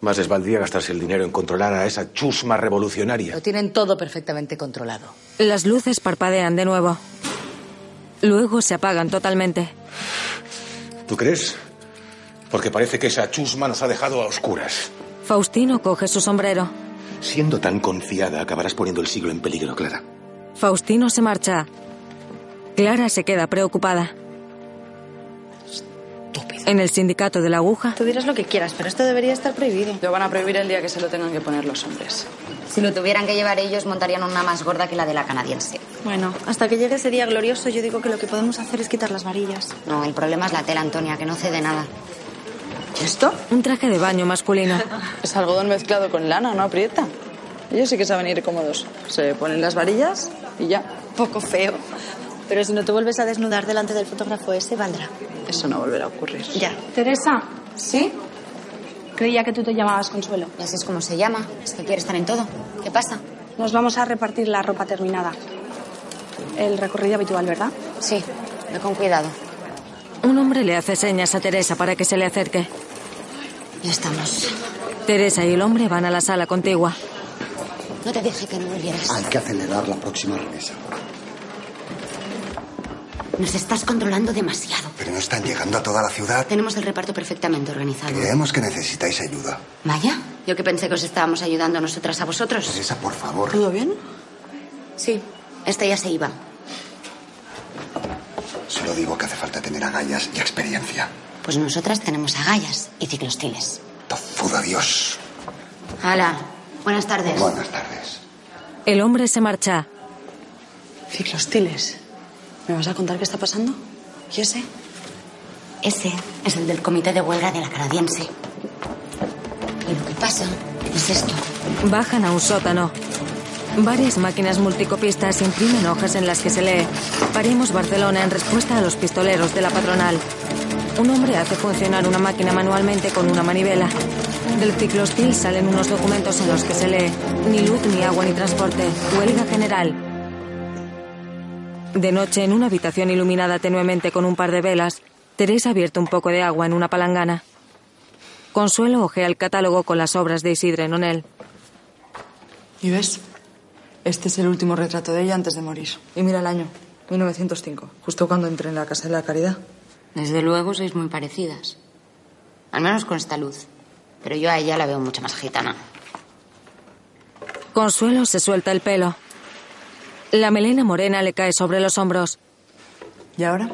[SPEAKER 2] Más les valdría gastarse el dinero en controlar a esa chusma revolucionaria.
[SPEAKER 15] Lo tienen todo perfectamente controlado.
[SPEAKER 1] Las luces parpadean de nuevo. Luego se apagan totalmente.
[SPEAKER 2] ¿Tú crees? Porque parece que esa chusma nos ha dejado a oscuras.
[SPEAKER 1] Faustino coge su sombrero.
[SPEAKER 2] Siendo tan confiada, acabarás poniendo el siglo en peligro, Clara.
[SPEAKER 1] Faustino se marcha. Clara se queda preocupada. En el sindicato de la aguja.
[SPEAKER 4] Tú dirás lo que quieras, pero esto debería estar prohibido. Lo van a prohibir el día que se lo tengan que poner los hombres.
[SPEAKER 12] Si lo tuvieran que llevar ellos, montarían una más gorda que la de la canadiense.
[SPEAKER 5] Bueno, hasta que llegue ese día glorioso, yo digo que lo que podemos hacer es quitar las varillas.
[SPEAKER 12] No, el problema es la tela, Antonia, que no cede nada.
[SPEAKER 1] ¿Esto? Un traje de baño masculino.
[SPEAKER 4] Es algodón mezclado con lana, no aprieta. Ellos sí que saben ir cómodos. Se ponen las varillas y ya. Poco feo.
[SPEAKER 5] Pero si no te vuelves a desnudar delante del fotógrafo ese, valdrá.
[SPEAKER 4] Eso no volverá a ocurrir.
[SPEAKER 5] Ya. Teresa. ¿Sí? Creía que tú te llamabas Consuelo.
[SPEAKER 12] Y así es como se llama. Es que quiere estar en todo. ¿Qué pasa?
[SPEAKER 5] Nos vamos a repartir la ropa terminada. El recorrido habitual, ¿verdad?
[SPEAKER 12] Sí, ve con cuidado.
[SPEAKER 1] Un hombre le hace señas a Teresa para que se le acerque.
[SPEAKER 12] Ya estamos.
[SPEAKER 1] Teresa y el hombre van a la sala contigua.
[SPEAKER 12] No te dije que no volvieras.
[SPEAKER 13] Hay que acelerar la próxima remesa.
[SPEAKER 12] Nos estás controlando demasiado.
[SPEAKER 13] Pero no están llegando a toda la ciudad.
[SPEAKER 12] Tenemos el reparto perfectamente organizado.
[SPEAKER 13] Creemos que necesitáis ayuda.
[SPEAKER 12] Vaya, yo que pensé que os estábamos ayudando nosotras a vosotros.
[SPEAKER 13] Teresa, por favor.
[SPEAKER 12] ¿Todo bien? Sí, esta ya se iba.
[SPEAKER 13] Solo digo que hace falta tener agallas y experiencia.
[SPEAKER 12] Pues nosotras tenemos agallas y ciclostiles.
[SPEAKER 13] Fuda Dios.
[SPEAKER 12] Hala, buenas tardes.
[SPEAKER 13] Buenas tardes.
[SPEAKER 1] El hombre se marcha.
[SPEAKER 4] Ciclostiles. ¿Me vas a contar qué está pasando? ¿Y ese?
[SPEAKER 12] Ese es el del comité de huelga de la canadiense. Y lo que pasa es esto.
[SPEAKER 1] Bajan a un sótano. Varias máquinas multicopistas imprimen hojas en las que se lee Paremos Barcelona en respuesta a los pistoleros de la patronal. Un hombre hace funcionar una máquina manualmente con una manivela. Del ciclo hostil salen unos documentos en los que se lee Ni luz, ni agua, ni transporte. Huelga general. De noche, en una habitación iluminada tenuemente con un par de velas, Teresa vierte un poco de agua en una palangana. Consuelo ojea el catálogo con las obras de Isidre Nonel.
[SPEAKER 4] ¿Y ves? Este es el último retrato de ella antes de morir. Y mira el año, 1905, justo cuando entré en la Casa de la Caridad.
[SPEAKER 12] Desde luego sois muy parecidas. Al menos con esta luz. Pero yo a ella la veo mucho más gitana.
[SPEAKER 1] Consuelo se suelta el pelo. La melena morena le cae sobre los hombros.
[SPEAKER 4] ¿Y ahora?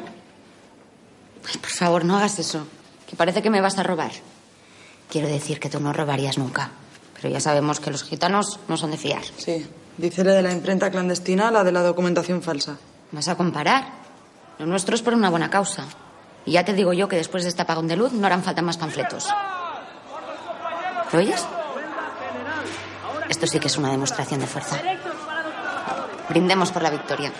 [SPEAKER 12] Ay, por favor, no hagas eso. Que parece que me vas a robar. Quiero decir que tú no robarías nunca. Pero ya sabemos que los gitanos no son de fiar.
[SPEAKER 4] Sí. Dice la de la imprenta clandestina, la de la documentación falsa.
[SPEAKER 12] ¿Vas a comparar? Lo nuestro es por una buena causa. Y ya te digo yo que después de este apagón de luz no harán falta más panfletos. ¿Lo oyes? Esto sí que es una demostración de fuerza. Brindemos por la victoria.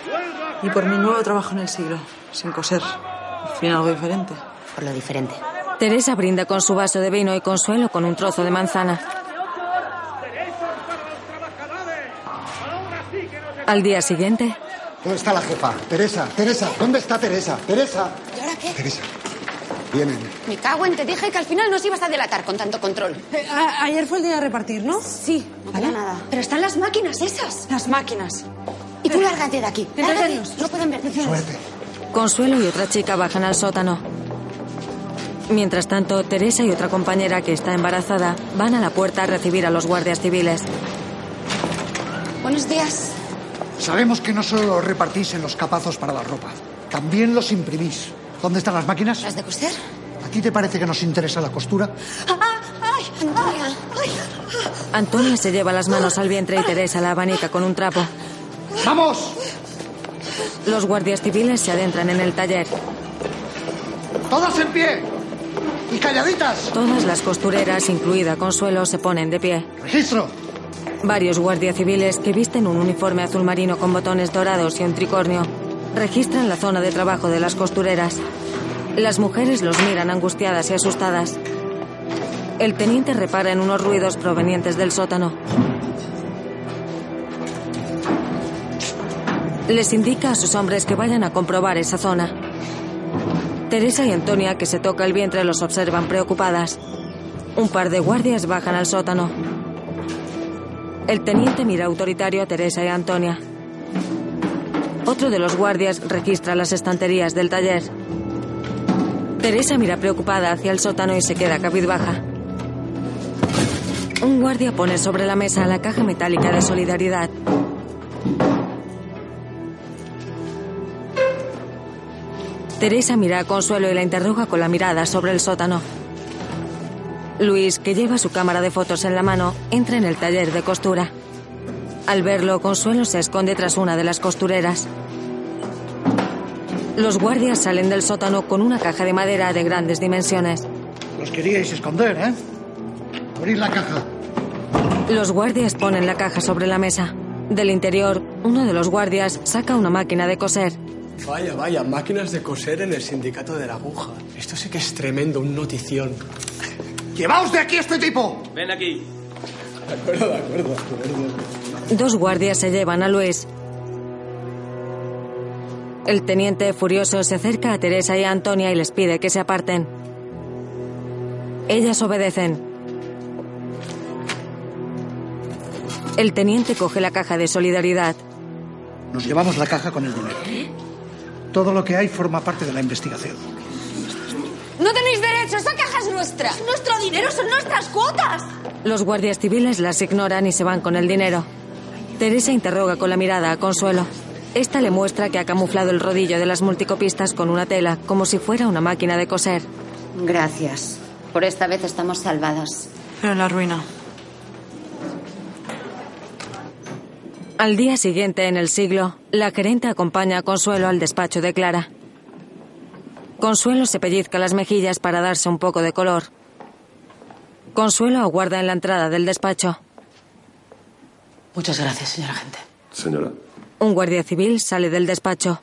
[SPEAKER 4] Y por mi nuevo trabajo en el siglo, sin coser. Al fin algo diferente.
[SPEAKER 12] Por lo diferente.
[SPEAKER 1] Teresa brinda con su vaso de vino y Consuelo con un trozo de manzana. Al día siguiente,
[SPEAKER 13] ¿Dónde está la jefa? Teresa, Teresa, ¿dónde está Teresa? Teresa.
[SPEAKER 12] ¿Y ahora qué?
[SPEAKER 13] Teresa. Vienen.
[SPEAKER 12] Me cago en te dije que al final nos ibas a delatar con tanto control.
[SPEAKER 20] Eh, a- ayer fue el día de repartir, ¿no? Sí.
[SPEAKER 12] No queda nada. Pero están las máquinas esas.
[SPEAKER 20] Las máquinas.
[SPEAKER 12] Y tú lárgate de aquí. Lárgate. No pueden ver.
[SPEAKER 1] Consuelo y otra chica bajan al sótano. Mientras tanto, Teresa y otra compañera que está embarazada van a la puerta a recibir a los guardias civiles.
[SPEAKER 12] Buenos días.
[SPEAKER 3] Sabemos que no solo repartís en los capazos para la ropa, también los imprimís. ¿Dónde están las máquinas?
[SPEAKER 12] ¿Las de coser?
[SPEAKER 3] ¿A ti te parece que nos interesa la costura?
[SPEAKER 12] ¡Ay, Antonia!
[SPEAKER 1] Antonia se lleva las manos al vientre y Teresa la abanica con un trapo.
[SPEAKER 3] ¡Vamos!
[SPEAKER 1] Los guardias civiles se adentran en el taller.
[SPEAKER 3] ¡Todas en pie! ¡Y calladitas!
[SPEAKER 1] Todas las costureras, incluida Consuelo, se ponen de pie.
[SPEAKER 3] ¡Registro!
[SPEAKER 1] Varios guardias civiles que visten un uniforme azul marino con botones dorados y un tricornio registran la zona de trabajo de las costureras. Las mujeres los miran angustiadas y asustadas. El teniente repara en unos ruidos provenientes del sótano. Les indica a sus hombres que vayan a comprobar esa zona. Teresa y Antonia, que se toca el vientre, los observan preocupadas. Un par de guardias bajan al sótano. El teniente mira autoritario a Teresa y a Antonia. Otro de los guardias registra las estanterías del taller. Teresa mira preocupada hacia el sótano y se queda cabizbaja. Un guardia pone sobre la mesa la caja metálica de solidaridad. Teresa mira a Consuelo y la interroga con la mirada sobre el sótano. Luis, que lleva su cámara de fotos en la mano, entra en el taller de costura. Al verlo, Consuelo se esconde tras una de las costureras. Los guardias salen del sótano con una caja de madera de grandes dimensiones.
[SPEAKER 3] Los queríais esconder, ¿eh? Abrid la caja.
[SPEAKER 1] Los guardias ponen la caja sobre la mesa. Del interior, uno de los guardias saca una máquina de coser.
[SPEAKER 8] Vaya, vaya, máquinas de coser en el sindicato de la aguja. Esto sí que es tremendo, un notición.
[SPEAKER 3] ¡Llevaos de aquí este tipo!
[SPEAKER 7] Ven aquí.
[SPEAKER 8] De acuerdo, de acuerdo, de acuerdo.
[SPEAKER 1] Dos guardias se llevan a Luis. El teniente furioso se acerca a Teresa y a Antonia y les pide que se aparten. Ellas obedecen. El teniente coge la caja de solidaridad.
[SPEAKER 3] Nos llevamos la caja con el dinero. Todo lo que hay forma parte de la investigación.
[SPEAKER 1] No tenéis derecho, esa caja es nuestra.
[SPEAKER 24] Nuestro dinero son nuestras cuotas.
[SPEAKER 1] Los guardias civiles las ignoran y se van con el dinero. Teresa interroga con la mirada a Consuelo. Esta le muestra que ha camuflado el rodillo de las multicopistas con una tela, como si fuera una máquina de coser.
[SPEAKER 12] Gracias. Por esta vez estamos salvadas.
[SPEAKER 4] Pero en la ruina.
[SPEAKER 1] Al día siguiente, en el siglo, la gerente acompaña a Consuelo al despacho de Clara. Consuelo se pellizca las mejillas para darse un poco de color. Consuelo aguarda en la entrada del despacho.
[SPEAKER 15] Muchas gracias, señora gente.
[SPEAKER 5] Señora.
[SPEAKER 1] Un guardia civil sale del despacho.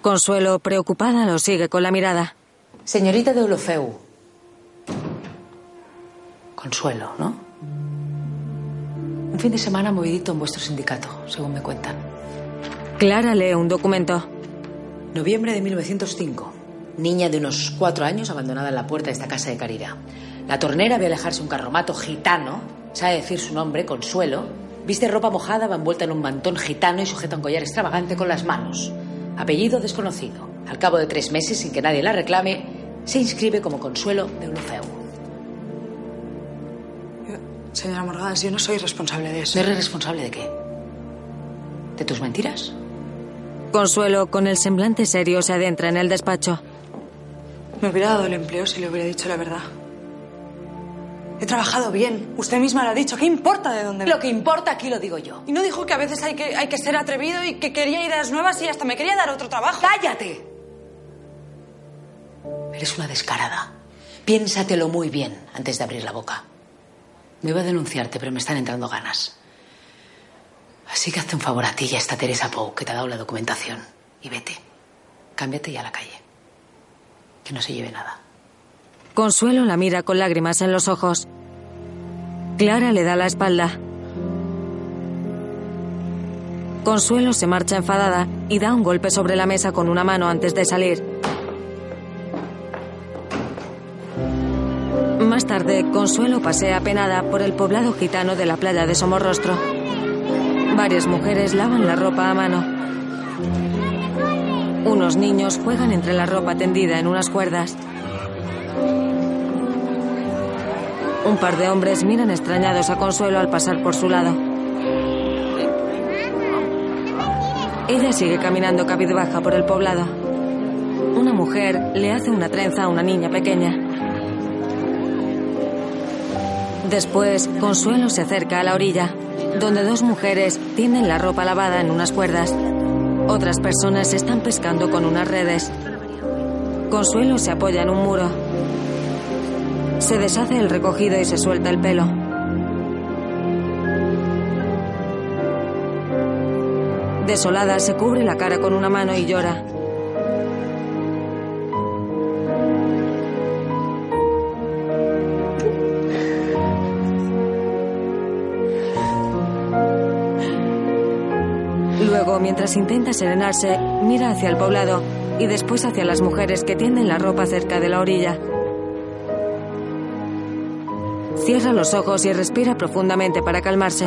[SPEAKER 1] Consuelo, preocupada, lo sigue con la mirada.
[SPEAKER 15] Señorita de Olofeu. Consuelo, ¿no? Un fin de semana movidito en vuestro sindicato, según me cuentan.
[SPEAKER 1] Clara lee un documento.
[SPEAKER 15] Noviembre de 1905. Niña de unos cuatro años abandonada en la puerta de esta casa de Carirá. La tornera ve alejarse un carromato gitano, sabe decir su nombre, Consuelo, viste ropa mojada, va envuelta en un mantón gitano y sujeta un collar extravagante con las manos. Apellido desconocido. Al cabo de tres meses, sin que nadie la reclame, se inscribe como Consuelo de Olofeu.
[SPEAKER 4] Señora Morgadas, yo no soy responsable de eso.
[SPEAKER 15] ¿No eres responsable de qué? ¿De tus mentiras?
[SPEAKER 1] Consuelo, con el semblante serio, se adentra en el despacho.
[SPEAKER 4] Me hubiera dado el empleo si le hubiera dicho la verdad. He trabajado bien. Usted misma lo ha dicho. ¿Qué importa de dónde?
[SPEAKER 15] Lo que importa aquí lo digo yo.
[SPEAKER 4] Y no dijo que a veces hay que, hay que ser atrevido y que quería ideas nuevas y hasta me quería dar otro trabajo.
[SPEAKER 15] ¡Cállate! Eres una descarada. Piénsatelo muy bien antes de abrir la boca. No iba a denunciarte, pero me están entrando ganas. Así que hazte un favor a ti y a esta Teresa Pou, que te ha dado la documentación. Y vete. Cámbiate y a la calle. Que no se lleve nada.
[SPEAKER 1] Consuelo la mira con lágrimas en los ojos. Clara le da la espalda. Consuelo se marcha enfadada y da un golpe sobre la mesa con una mano antes de salir. Más tarde, Consuelo pasea penada por el poblado gitano de la playa de Somorrostro. Varias mujeres lavan la ropa a mano. Unos niños juegan entre la ropa tendida en unas cuerdas. Un par de hombres miran extrañados a Consuelo al pasar por su lado. Ella sigue caminando cabizbaja por el poblado. Una mujer le hace una trenza a una niña pequeña. Después, Consuelo se acerca a la orilla, donde dos mujeres tienden la ropa lavada en unas cuerdas. Otras personas están pescando con unas redes. Consuelo se apoya en un muro. Se deshace el recogido y se suelta el pelo. Desolada, se cubre la cara con una mano y llora. Luego, mientras intenta serenarse, mira hacia el poblado y después hacia las mujeres que tienden la ropa cerca de la orilla. Cierra los ojos y respira profundamente para calmarse.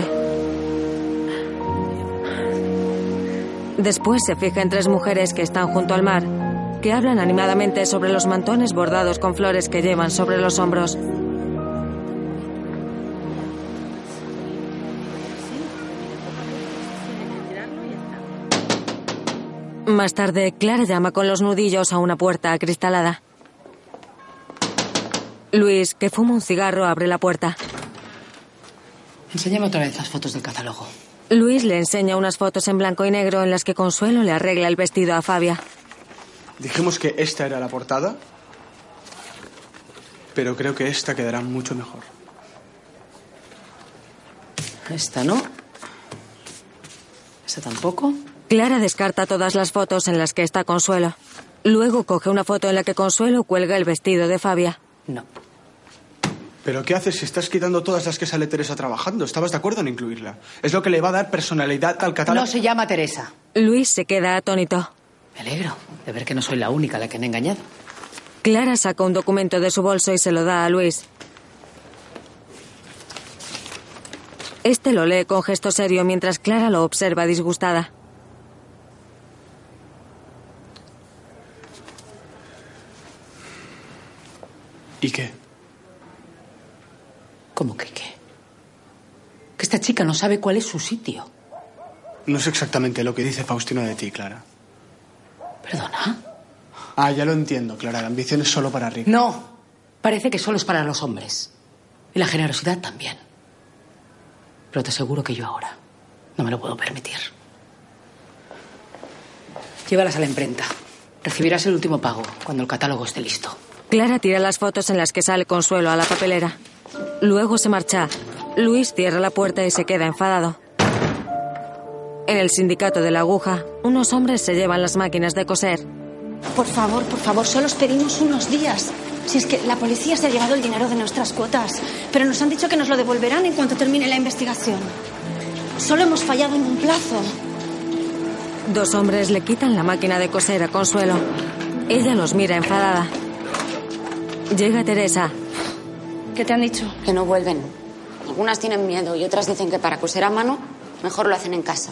[SPEAKER 1] Después se fija en tres mujeres que están junto al mar, que hablan animadamente sobre los mantones bordados con flores que llevan sobre los hombros. Más tarde, Clara llama con los nudillos a una puerta acristalada. Luis, que fuma un cigarro, abre la puerta.
[SPEAKER 15] Enséñame otra vez las fotos del catálogo.
[SPEAKER 1] Luis le enseña unas fotos en blanco y negro en las que Consuelo le arregla el vestido a Fabia.
[SPEAKER 8] Dijimos que esta era la portada, pero creo que esta quedará mucho mejor.
[SPEAKER 15] Esta no. Esta tampoco.
[SPEAKER 1] Clara descarta todas las fotos en las que está Consuelo. Luego coge una foto en la que Consuelo cuelga el vestido de Fabia.
[SPEAKER 8] ¿Pero qué haces si estás quitando todas las que sale Teresa trabajando? ¿Estabas de acuerdo en incluirla? Es lo que le va a dar personalidad al catálogo.
[SPEAKER 15] No se llama Teresa.
[SPEAKER 1] Luis se queda atónito.
[SPEAKER 15] Me alegro de ver que no soy la única a la que han engañado.
[SPEAKER 1] Clara saca un documento de su bolso y se lo da a Luis. Este lo lee con gesto serio mientras Clara lo observa disgustada.
[SPEAKER 8] ¿Y qué?
[SPEAKER 15] ¿Cómo que qué? Que esta chica no sabe cuál es su sitio.
[SPEAKER 8] No es exactamente lo que dice Faustino de ti, Clara.
[SPEAKER 15] ¿Perdona?
[SPEAKER 8] Ah, ya lo entiendo, Clara. La ambición es solo para ricos.
[SPEAKER 15] No. Parece que solo es para los hombres. Y la generosidad también. Pero te aseguro que yo ahora no me lo puedo permitir. Llévalas a la imprenta. Recibirás el último pago cuando el catálogo esté listo.
[SPEAKER 1] Clara tira las fotos en las que sale Consuelo a la papelera. Luego se marcha. Luis cierra la puerta y se queda enfadado. En el sindicato de la aguja, unos hombres se llevan las máquinas de coser.
[SPEAKER 14] Por favor, por favor, solo os pedimos unos días. Si es que la policía se ha llevado el dinero de nuestras cuotas, pero nos han dicho que nos lo devolverán en cuanto termine la investigación. Solo hemos fallado en un plazo.
[SPEAKER 1] Dos hombres le quitan la máquina de coser a Consuelo. Ella los mira enfadada. Llega Teresa.
[SPEAKER 12] ¿Qué te han dicho? Que no vuelven. Algunas tienen miedo y otras dicen que para coser a mano mejor lo hacen en casa.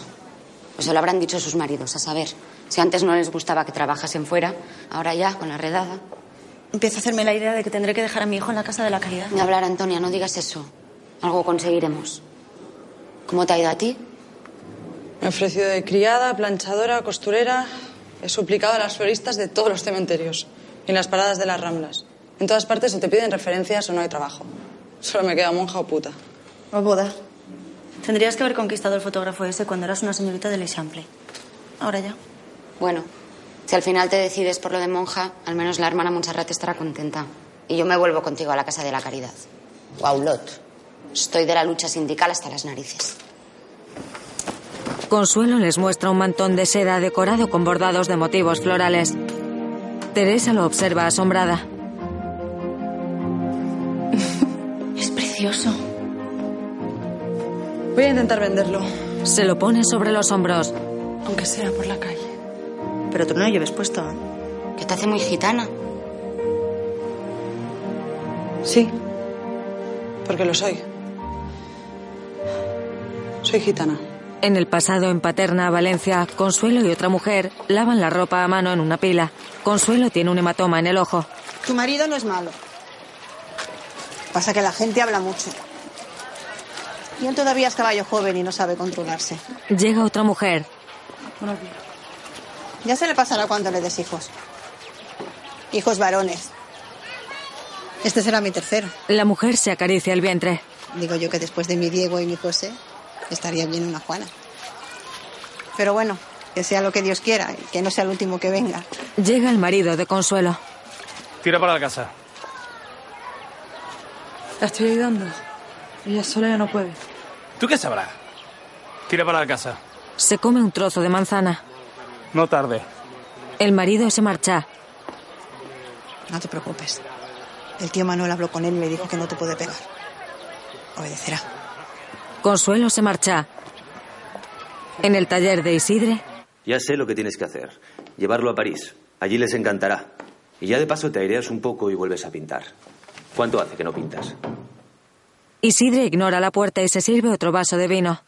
[SPEAKER 12] Pues se lo habrán dicho sus maridos, a saber. Si antes no les gustaba que trabajasen fuera, ahora ya, con la redada.
[SPEAKER 24] Empiezo a hacerme la idea de que tendré que dejar a mi hijo en la casa de la caridad.
[SPEAKER 12] Ni hablar, Antonia, no digas eso. Algo conseguiremos. ¿Cómo te ha ido a ti?
[SPEAKER 4] Me he ofrecido de criada, planchadora, costurera. He suplicado a las floristas de todos los cementerios y en las paradas de las ramblas. En todas partes o te piden referencias o no hay trabajo. Solo me queda monja o puta.
[SPEAKER 24] O boda. Tendrías que haber conquistado el fotógrafo ese cuando eras una señorita del Eixample. Ahora ya.
[SPEAKER 12] Bueno, si al final te decides por lo de monja, al menos la hermana Montserrat estará contenta. Y yo me vuelvo contigo a la Casa de la Caridad. Guaulot. Estoy de la lucha sindical hasta las narices.
[SPEAKER 1] Consuelo les muestra un mantón de seda decorado con bordados de motivos florales. Teresa lo observa asombrada.
[SPEAKER 24] Es precioso.
[SPEAKER 4] Voy a intentar venderlo,
[SPEAKER 1] Se lo pone sobre los hombros.
[SPEAKER 4] aunque sea por la calle.
[SPEAKER 24] Pero tú no lo lleves puesto. ¿eh?
[SPEAKER 12] Que te hace muy gitana.
[SPEAKER 4] Sí, porque lo soy. Soy gitana.
[SPEAKER 1] En el pasado, en Paterna, Valencia, Consuelo y otra mujer lavan la ropa a mano en una pila. Consuelo tiene un hematoma en el ojo.
[SPEAKER 5] Tu marido no es malo. Pasa que la gente habla mucho. Y él todavía es caballo joven y no sabe controlarse.
[SPEAKER 1] Llega otra mujer.
[SPEAKER 5] Ya se le pasará cuando le des hijos. Hijos varones. Este será mi tercero.
[SPEAKER 1] La mujer se acaricia el vientre.
[SPEAKER 5] Digo yo que después de mi Diego y mi José, estaría bien una Juana. Pero bueno, que sea lo que Dios quiera y que no sea el último que venga.
[SPEAKER 1] Llega el marido de Consuelo.
[SPEAKER 6] Tira para la casa.
[SPEAKER 4] La estoy ayudando. Ella sola ya no puede.
[SPEAKER 6] ¿Tú qué sabrás? Tira para la casa.
[SPEAKER 1] Se come un trozo de manzana.
[SPEAKER 6] No tarde.
[SPEAKER 1] El marido se marcha.
[SPEAKER 5] No te preocupes. El tío Manuel habló con él y me dijo que no te puede pegar. Obedecerá.
[SPEAKER 1] Consuelo se marcha. En el taller de Isidre,
[SPEAKER 10] Ya sé lo que tienes que hacer. Llevarlo a París. Allí les encantará. Y ya de paso te aireas un poco y vuelves a pintar. ¿Cuánto hace que no pintas?
[SPEAKER 1] Isidre ignora la puerta y se sirve otro vaso de vino.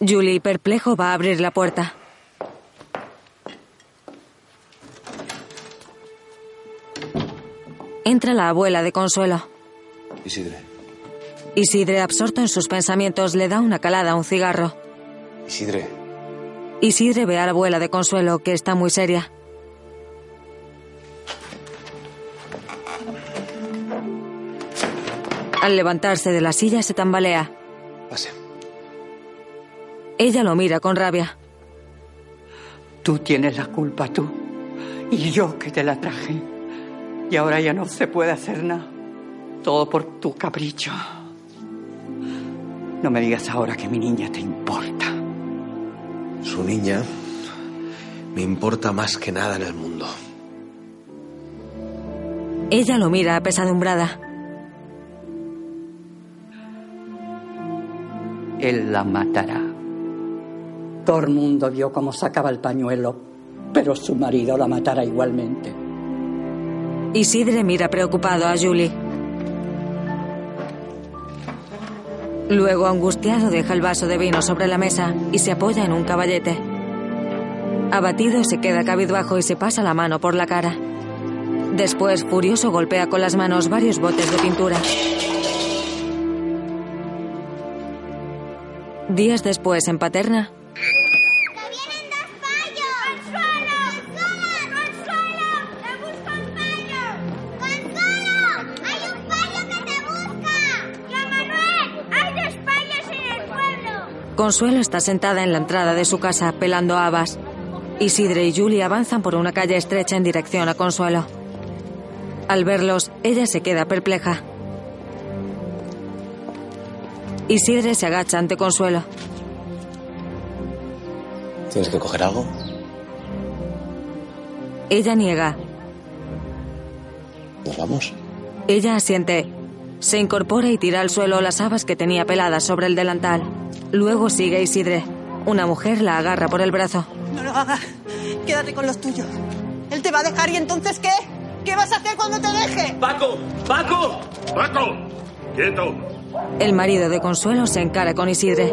[SPEAKER 1] Julie, perplejo, va a abrir la puerta. Entra la abuela de Consuelo.
[SPEAKER 2] Isidre.
[SPEAKER 1] Isidre, absorto en sus pensamientos, le da una calada a un cigarro.
[SPEAKER 2] Isidre.
[SPEAKER 1] Isidre ve a la abuela de Consuelo, que está muy seria. Al levantarse de la silla se tambalea.
[SPEAKER 11] Pase.
[SPEAKER 1] Ella lo mira con rabia.
[SPEAKER 11] Tú tienes la culpa, tú. Y yo que te la traje. Y ahora ya no se puede hacer nada. Todo por tu capricho. No me digas ahora que mi niña te importa.
[SPEAKER 2] Su niña me importa más que nada en el mundo.
[SPEAKER 1] Ella lo mira apesadumbrada.
[SPEAKER 11] Él la matará. Todo el mundo vio cómo sacaba el pañuelo, pero su marido la matará igualmente.
[SPEAKER 1] Isidre mira preocupado a Julie. Luego, angustiado, deja el vaso de vino sobre la mesa y se apoya en un caballete. Abatido, se queda cabizbajo y se pasa la mano por la cara. Después, furioso, golpea con las manos varios botes de pintura. Días después, en Paterna,
[SPEAKER 25] ¡Hay dos payos en el pueblo!
[SPEAKER 1] Consuelo está sentada en la entrada de su casa pelando habas. Isidre y Julie avanzan por una calle estrecha en dirección a Consuelo. Al verlos, ella se queda perpleja. Isidre se agacha ante Consuelo.
[SPEAKER 23] ¿Tienes que coger algo?
[SPEAKER 1] Ella niega.
[SPEAKER 23] ¿Nos vamos?
[SPEAKER 1] Ella asiente. Se incorpora y tira al suelo las habas que tenía peladas sobre el delantal. Luego sigue Isidre. Una mujer la agarra por el brazo.
[SPEAKER 5] No lo hagas. Quédate con los tuyos. Él te va a dejar y entonces ¿qué? ¿Qué vas a hacer cuando te deje?
[SPEAKER 7] ¡Paco! ¡Paco! ¡Paco! ¡Quieto!
[SPEAKER 1] El marido de Consuelo se encara con Isidre.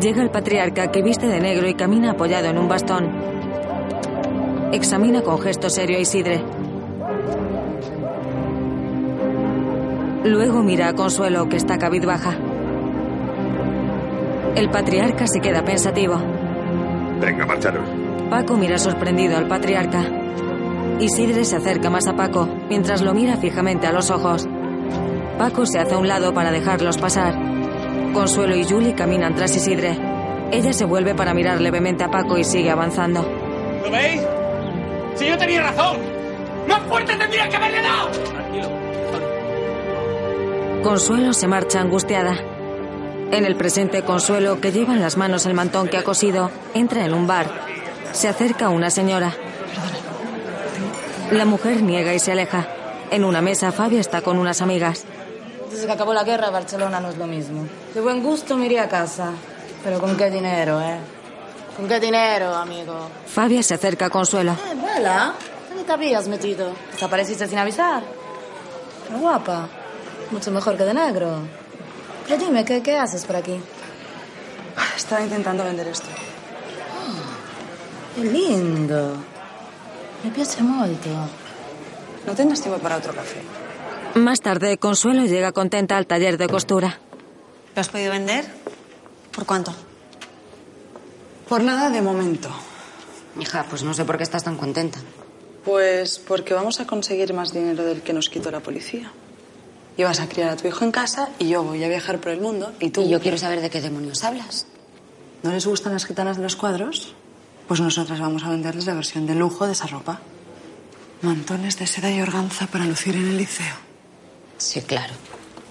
[SPEAKER 1] Llega el patriarca que viste de negro y camina apoyado en un bastón. Examina con gesto serio a Isidre. Luego mira a Consuelo que está cabizbaja. El patriarca se queda pensativo.
[SPEAKER 9] Venga, marcharos.
[SPEAKER 1] Paco mira sorprendido al patriarca. Isidre se acerca más a Paco, mientras lo mira fijamente a los ojos. Paco se hace a un lado para dejarlos pasar. Consuelo y Julie caminan tras Isidre. Ella se vuelve para mirar levemente a Paco y sigue avanzando.
[SPEAKER 7] ¿Lo veis? Si yo tenía razón, más fuerte tendría que haberle dado.
[SPEAKER 1] Consuelo se marcha angustiada. En el presente, Consuelo, que lleva en las manos el mantón que ha cosido, entra en un bar. Se acerca a una señora. La mujer niega y se aleja. En una mesa, Fabia está con unas amigas.
[SPEAKER 4] Desde que acabó la guerra, Barcelona no es lo mismo. De buen gusto me iría a casa. Pero con qué dinero, ¿eh? ¿Con qué dinero, amigo?
[SPEAKER 1] Fabia se acerca a Consuelo.
[SPEAKER 4] Eh, Bella, ¿dónde te habías metido? Desapareciste sin avisar. Pero guapa. Mucho mejor que de negro. Pero dime, ¿qué, qué haces por aquí? Estaba intentando vender esto. Qué lindo. Me piace molto. No tengas tiempo para otro café.
[SPEAKER 1] Más tarde, Consuelo llega contenta al taller de costura.
[SPEAKER 5] ¿Lo has podido vender? ¿Por cuánto?
[SPEAKER 4] Por nada de momento.
[SPEAKER 12] Hija, pues no sé por qué estás tan contenta.
[SPEAKER 4] Pues porque vamos a conseguir más dinero del que nos quitó la policía. Y vas a criar a tu hijo en casa y yo voy a viajar por el mundo y tú...
[SPEAKER 12] Y yo quiero saber de qué demonios hablas.
[SPEAKER 4] ¿No les gustan las gitanas de los cuadros? Pues nosotras vamos a venderles la versión de lujo de esa ropa. Mantones de seda y organza para lucir en el liceo.
[SPEAKER 12] Sí, claro.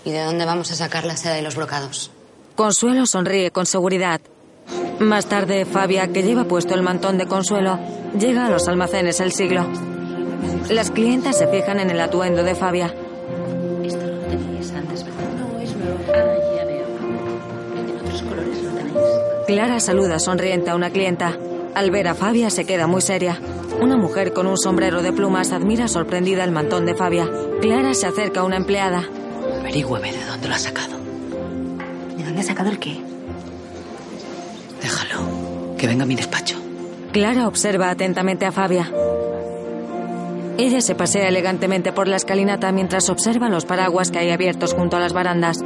[SPEAKER 12] ¿Y de dónde vamos a sacar la seda y los brocados?
[SPEAKER 1] Consuelo sonríe con seguridad. Más tarde, Fabia, que lleva puesto el mantón de Consuelo, llega a los almacenes El Siglo. Las clientas se fijan en el atuendo de Fabia.
[SPEAKER 22] Esto lo teníais antes, ¿verdad? No, es nuevo. Ah, ya veo. En otros colores lo tenéis.
[SPEAKER 1] Clara saluda sonriente a una clienta. Al ver a Fabia se queda muy seria. Una mujer con un sombrero de plumas admira sorprendida el mantón de Fabia. Clara se acerca a una empleada.
[SPEAKER 21] Averígüeme de dónde lo has sacado.
[SPEAKER 22] ¿De dónde ha sacado el qué?
[SPEAKER 21] Que venga a mi despacho.
[SPEAKER 1] Clara observa atentamente a Fabia. Ella se pasea elegantemente por la escalinata mientras observa los paraguas que hay abiertos junto a las barandas.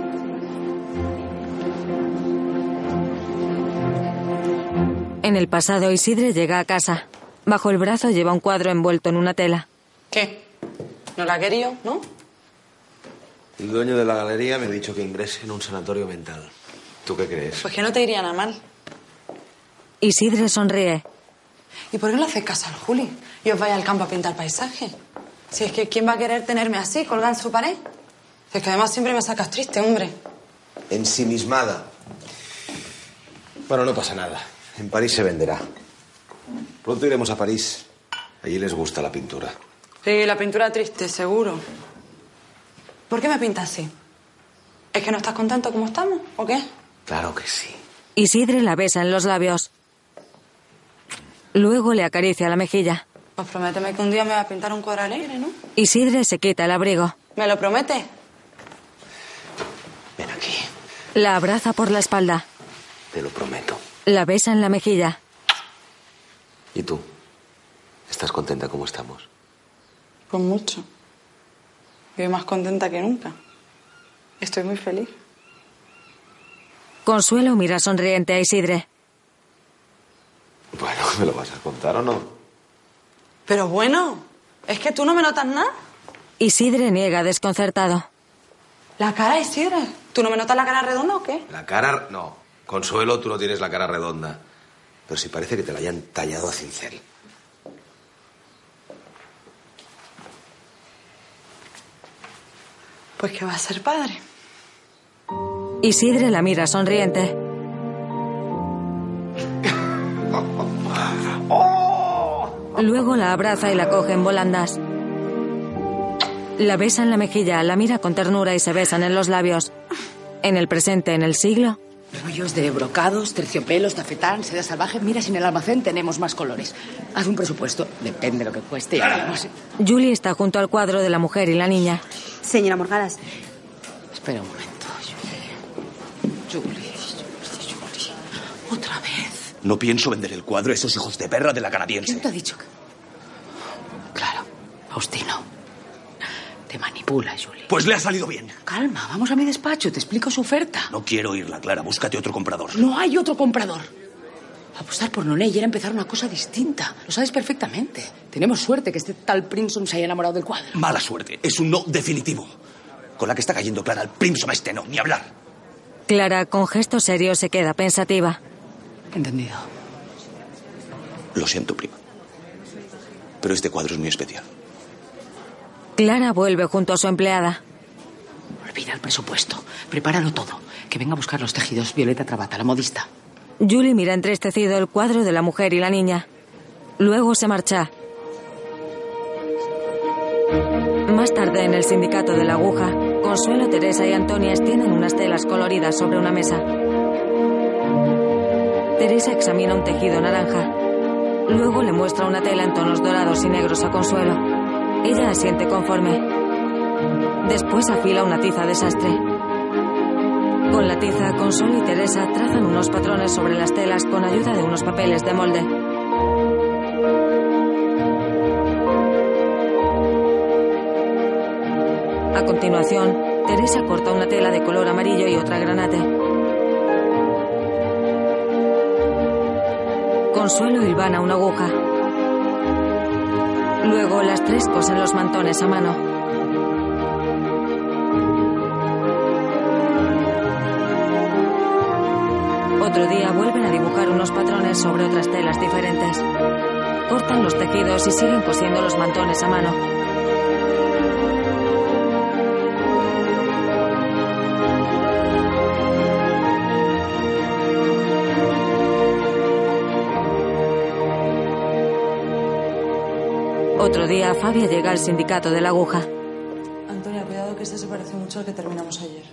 [SPEAKER 1] En el pasado, Isidre llega a casa. Bajo el brazo lleva un cuadro envuelto en una tela.
[SPEAKER 4] ¿Qué? ¿No la quería, no?
[SPEAKER 10] El dueño de la galería me ha dicho que ingrese en un sanatorio mental. ¿Tú qué crees?
[SPEAKER 4] Pues que no te iría nada mal.
[SPEAKER 1] Isidre sonríe.
[SPEAKER 4] ¿Y por qué no hace caso al Juli? Y os vais al campo a pintar paisaje. Si es que ¿quién va a querer tenerme así, colgada en su pared? Si es que además siempre me sacas triste, hombre.
[SPEAKER 10] Ensimismada. Bueno, no pasa nada. En París se venderá. Pronto iremos a París. Allí les gusta la pintura.
[SPEAKER 4] Sí, la pintura triste, seguro. ¿Por qué me pintas así? ¿Es que no estás contento como estamos o qué?
[SPEAKER 10] Claro que sí.
[SPEAKER 1] Isidre la besa en los labios. Luego le acaricia la mejilla.
[SPEAKER 4] Pues prométeme que un día me va a pintar un cuadro alegre, ¿no?
[SPEAKER 1] Isidre se quita el abrigo.
[SPEAKER 4] ¿Me lo prometes?
[SPEAKER 1] La abraza por la espalda.
[SPEAKER 10] Te lo prometo.
[SPEAKER 1] La besa en la mejilla.
[SPEAKER 10] ¿Y tú? ¿Estás contenta como estamos?
[SPEAKER 4] Pues mucho. Vivo más contenta que nunca. Estoy muy feliz.
[SPEAKER 1] Consuelo mira sonriente a Isidre.
[SPEAKER 10] Bueno, ¿me lo vas a contar o no?
[SPEAKER 4] Pero bueno, es que tú no me notas nada.
[SPEAKER 1] Isidre niega desconcertado.
[SPEAKER 4] La cara, Isidre. ¿Tú no me notas la cara redonda o qué?
[SPEAKER 10] La cara... No. Consuelo, tú no tienes la cara redonda. Pero si parece que te la hayan tallado a cincel.
[SPEAKER 4] Pues que va a ser padre.
[SPEAKER 1] Isidre la mira sonriente. Luego la abraza y la coge en volandas. La besa en la mejilla, la mira con ternura y se besan en los labios. En el presente, en el siglo,
[SPEAKER 15] Rollos de brocados, terciopelos, tafetán, seda salvaje. Mira, si en el almacén tenemos más colores. Haz un presupuesto, depende de lo que cueste eh. y hablamos.
[SPEAKER 1] Julie está junto al cuadro de la mujer y la niña.
[SPEAKER 26] Señora Morgalas.
[SPEAKER 15] Espera un momento, Julie. Julie, Julie, Julie. Otra vez.
[SPEAKER 10] No pienso vender el cuadro a esos hijos de perra de la canadiense.
[SPEAKER 15] ¿Quién te ha dicho que.? Claro, Faustino. Te manipula, Julie.
[SPEAKER 10] Pues le ha salido bien.
[SPEAKER 15] Calma, vamos a mi despacho, te explico su oferta.
[SPEAKER 10] No quiero irla, Clara. Búscate otro comprador.
[SPEAKER 15] No hay otro comprador. Apostar por Noné y era empezar una cosa distinta. Lo sabes perfectamente. Tenemos suerte que este tal Princeton se haya enamorado del cuadro.
[SPEAKER 10] Mala suerte. Es un no definitivo. Con la que está cayendo Clara, el Primson a este no. Ni hablar.
[SPEAKER 1] Clara, con gesto serio, se queda pensativa.
[SPEAKER 15] Entendido.
[SPEAKER 10] Lo siento, prima. Pero este cuadro es muy especial.
[SPEAKER 1] Clara vuelve junto a su empleada.
[SPEAKER 15] Olvida el presupuesto. Prepáralo todo. Que venga a buscar los tejidos Violeta Trabata, la modista.
[SPEAKER 1] Julie mira entristecido el cuadro de la mujer y la niña. Luego se marcha. Más tarde, en el sindicato de la aguja, Consuelo, Teresa y Antonia extienden unas telas coloridas sobre una mesa. Teresa examina un tejido naranja. Luego le muestra una tela en tonos dorados y negros a Consuelo. Ella asiente conforme. Después afila una tiza de sastre. Con la tiza, Consuelo y Teresa trazan unos patrones sobre las telas con ayuda de unos papeles de molde. A continuación, Teresa corta una tela de color amarillo y otra granate. Consuelo hilvana una aguja. Luego las tres cosen los mantones a mano. Otro día vuelven a dibujar unos patrones sobre otras telas diferentes. Cortan los tejidos y siguen cosiendo los mantones a mano. Otro día, Fabia llega al sindicato de la aguja.
[SPEAKER 4] Antonia, cuidado que este se parece mucho al que terminamos ayer.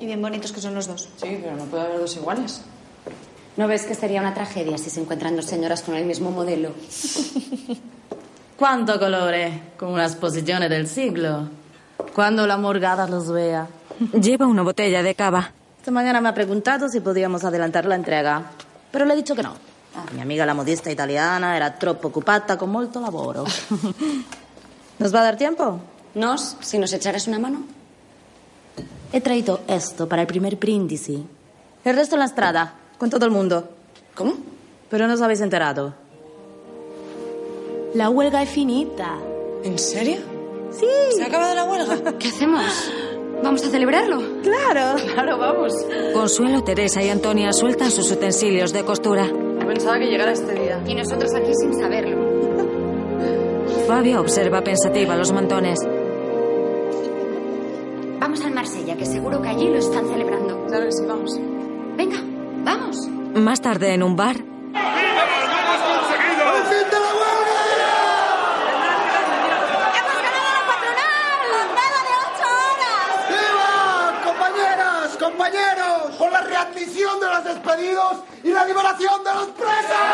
[SPEAKER 26] Y bien bonitos que son los dos.
[SPEAKER 4] Sí, pero no puede haber dos iguales.
[SPEAKER 12] ¿No ves que sería una tragedia si se encuentran dos señoras con el mismo modelo?
[SPEAKER 16] ¿Cuánto colore? Con una esposizione del siglo. Cuando la morgada los vea.
[SPEAKER 1] Lleva una botella de cava.
[SPEAKER 16] Esta mañana me ha preguntado si podíamos adelantar la entrega, pero le he dicho que no. Ah, Mi amiga la modista italiana era troppo occupata con molto lavoro. ¿Nos va a dar tiempo?
[SPEAKER 12] Nos, si nos echaras una mano.
[SPEAKER 16] He traído esto para el primer brindis. El resto en la estrada, con todo el mundo.
[SPEAKER 12] ¿Cómo?
[SPEAKER 16] Pero no os habéis enterado. La huelga es finita.
[SPEAKER 4] ¿En serio?
[SPEAKER 16] Sí.
[SPEAKER 4] ¿Se ha acabado la huelga?
[SPEAKER 12] ¿Qué hacemos? ¿Vamos a celebrarlo?
[SPEAKER 16] Claro.
[SPEAKER 4] Claro, vamos.
[SPEAKER 1] Consuelo, Teresa y Antonia sueltan sus utensilios de costura.
[SPEAKER 4] Pensaba que llegara este día.
[SPEAKER 12] Y nosotros aquí sin saberlo.
[SPEAKER 1] Fabia observa pensativa los mantones.
[SPEAKER 12] Vamos al Marsella, que seguro que allí lo están celebrando.
[SPEAKER 4] Claro que sí, vamos.
[SPEAKER 12] Venga, vamos.
[SPEAKER 1] Más tarde, en un bar,
[SPEAKER 9] ¡Viva, compañeras, compañeros! Con la readmisión de los despedidos y la liberación de los presos.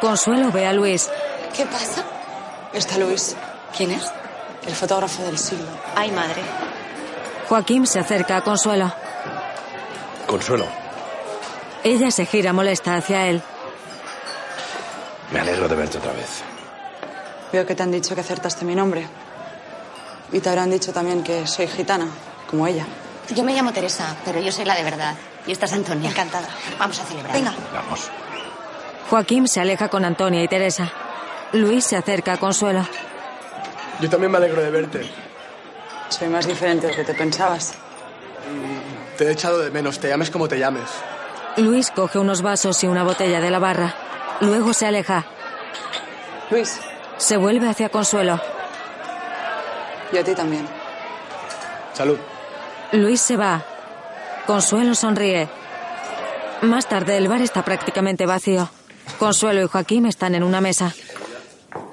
[SPEAKER 1] Consuelo ve a Luis.
[SPEAKER 4] ¿Qué pasa? Está Luis.
[SPEAKER 12] ¿Quién es?
[SPEAKER 4] El fotógrafo del siglo.
[SPEAKER 26] Ay, madre.
[SPEAKER 1] Joaquín se acerca a Consuelo.
[SPEAKER 27] Consuelo,
[SPEAKER 1] Ella se gira molesta hacia él.
[SPEAKER 27] me alegro de verte otra vez.
[SPEAKER 4] Veo que te han dicho que acertaste mi nombre. Y te habrán dicho también que soy gitana, como ella.
[SPEAKER 12] Yo me llamo Teresa, pero yo soy la de verdad. Y esta es Antonia.
[SPEAKER 26] Encantada.
[SPEAKER 12] Vamos a celebrar.
[SPEAKER 26] Venga.
[SPEAKER 27] Vamos.
[SPEAKER 1] Joaquín se aleja con Antonia y Teresa. Luis se acerca a Consuelo.
[SPEAKER 8] Yo también me alegro de verte.
[SPEAKER 4] Soy más diferente de lo que te pensabas.
[SPEAKER 8] Y Mm, te he echado de menos, te llames como te llames.
[SPEAKER 1] Luis coge unos vasos y una botella de la barra. Luego se aleja.
[SPEAKER 4] Luis,
[SPEAKER 1] Se vuelve hacia Consuelo.
[SPEAKER 4] y a ti también.
[SPEAKER 8] Salud.
[SPEAKER 1] Luis se va. Consuelo sonríe. Más tarde el bar está prácticamente vacío. Consuelo y Joaquín están en una mesa.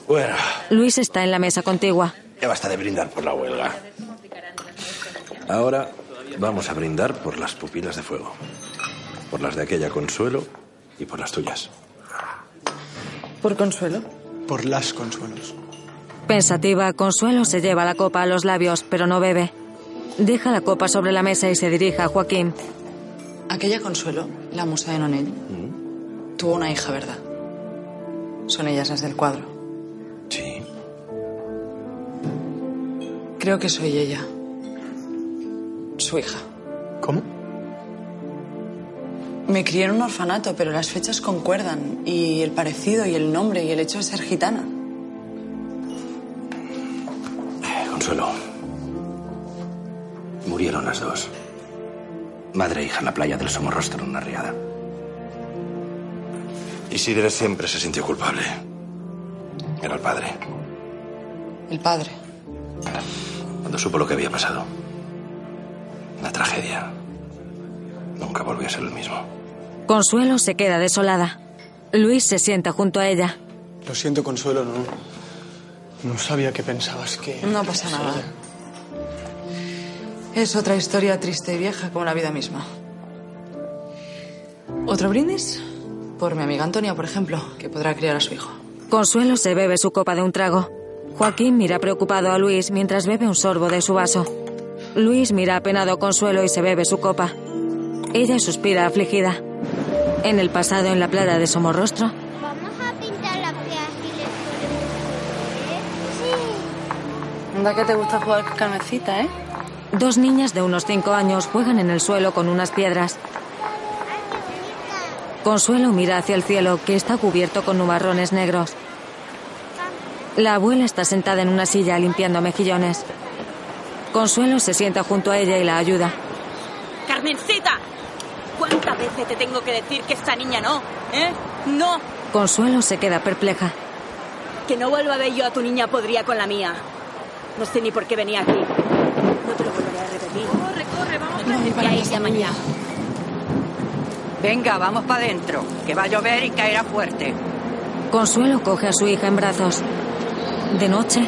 [SPEAKER 10] Bueno,
[SPEAKER 1] Luis está en la mesa contigua.
[SPEAKER 10] ya basta de brindar por la huelga. Ahora vamos a brindar por las pupilas de fuego. Por las de aquella Consuelo y por las tuyas.
[SPEAKER 4] ¿Por consuelo?
[SPEAKER 8] Por las consuelos.
[SPEAKER 1] Pensativa, Consuelo se lleva la copa a los labios, pero no bebe. Deja la copa sobre la mesa y se dirige a Joaquín.
[SPEAKER 4] Aquella Consuelo, la musa de Nonell, tuvo una hija, ¿verdad? Son ellas las del cuadro.
[SPEAKER 10] Sí.
[SPEAKER 4] Creo que soy ella. Su hija.
[SPEAKER 8] ¿Cómo?
[SPEAKER 4] Me crié en un orfanato, pero las fechas concuerdan, y el parecido, y el nombre, y el hecho de ser gitana.
[SPEAKER 10] Eh, Consuelo. Murieron las dos. Madre e hija en la playa del Somorrostro en una riada. Isidre siempre se sintió culpable. Era el padre,
[SPEAKER 4] El padre.
[SPEAKER 10] cuando supo lo que había pasado. Una tragedia. Nunca volvió a ser el mismo.
[SPEAKER 1] Consuelo se queda desolada. Luis se sienta junto a ella.
[SPEAKER 8] Lo siento, Consuelo, no. No sabía que pensabas que.
[SPEAKER 4] No pasa nada. Es otra historia triste y vieja como la vida misma. ¿Otro brindis? Por mi amiga Antonia, por ejemplo, que podrá criar a su hijo.
[SPEAKER 1] Consuelo se bebe su copa de un trago. Joaquín mira preocupado a Luis mientras bebe un sorbo de su vaso. Luis mira apenado a Consuelo y se bebe su copa. Ella suspira afligida. En el pasado, en la playa de Somorrostro,
[SPEAKER 25] Vamos a pintar la plaza y le ponemos
[SPEAKER 4] Anda que te gusta jugar carmecita, ¿eh?
[SPEAKER 1] dos niñas de unos 5 años juegan en el suelo con unas piedras. Consuelo mira hacia el cielo, que está cubierto con nubarrones negros. La abuela está sentada en una silla limpiando mejillones. Consuelo se sienta junto a ella y la ayuda.
[SPEAKER 14] Carmencita, ¿cuántas veces te tengo que decir que esta niña no? ¿Eh? No,
[SPEAKER 1] Consuelo se queda perpleja.
[SPEAKER 14] que no vuelva a ver yo a tu niña podría con la mía. No sé ni por qué venía aquí. No te lo volveré a repetir. Corre, corre, vamos.
[SPEAKER 21] Ya es de mañana. Venga, vamos para adentro, que va a llover y caerá fuerte.
[SPEAKER 1] Consuelo coge a su hija en brazos. De noche,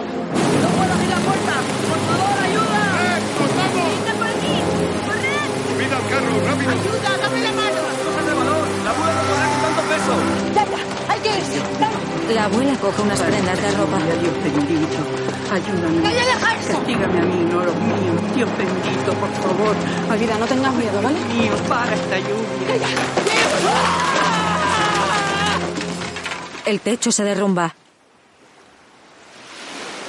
[SPEAKER 7] ¡Vida al carro, rápido! ¡Ayuda, dame la mano! ¡Coge de valor! ¡La abuela no podrá con tanto peso! ¡Ya, ya! ¡Hay que irse!
[SPEAKER 1] la abuela coge unas prendas de ropa.
[SPEAKER 21] Dios bendito, ayúdame.
[SPEAKER 25] ¡Calla, dejarse!
[SPEAKER 21] Castígame a mí, Noro mío. Dios bendito, por favor.
[SPEAKER 4] Olvida, no tengas miedo, ¿vale?
[SPEAKER 21] Mío, para esta lluvia.
[SPEAKER 1] El techo se derrumba.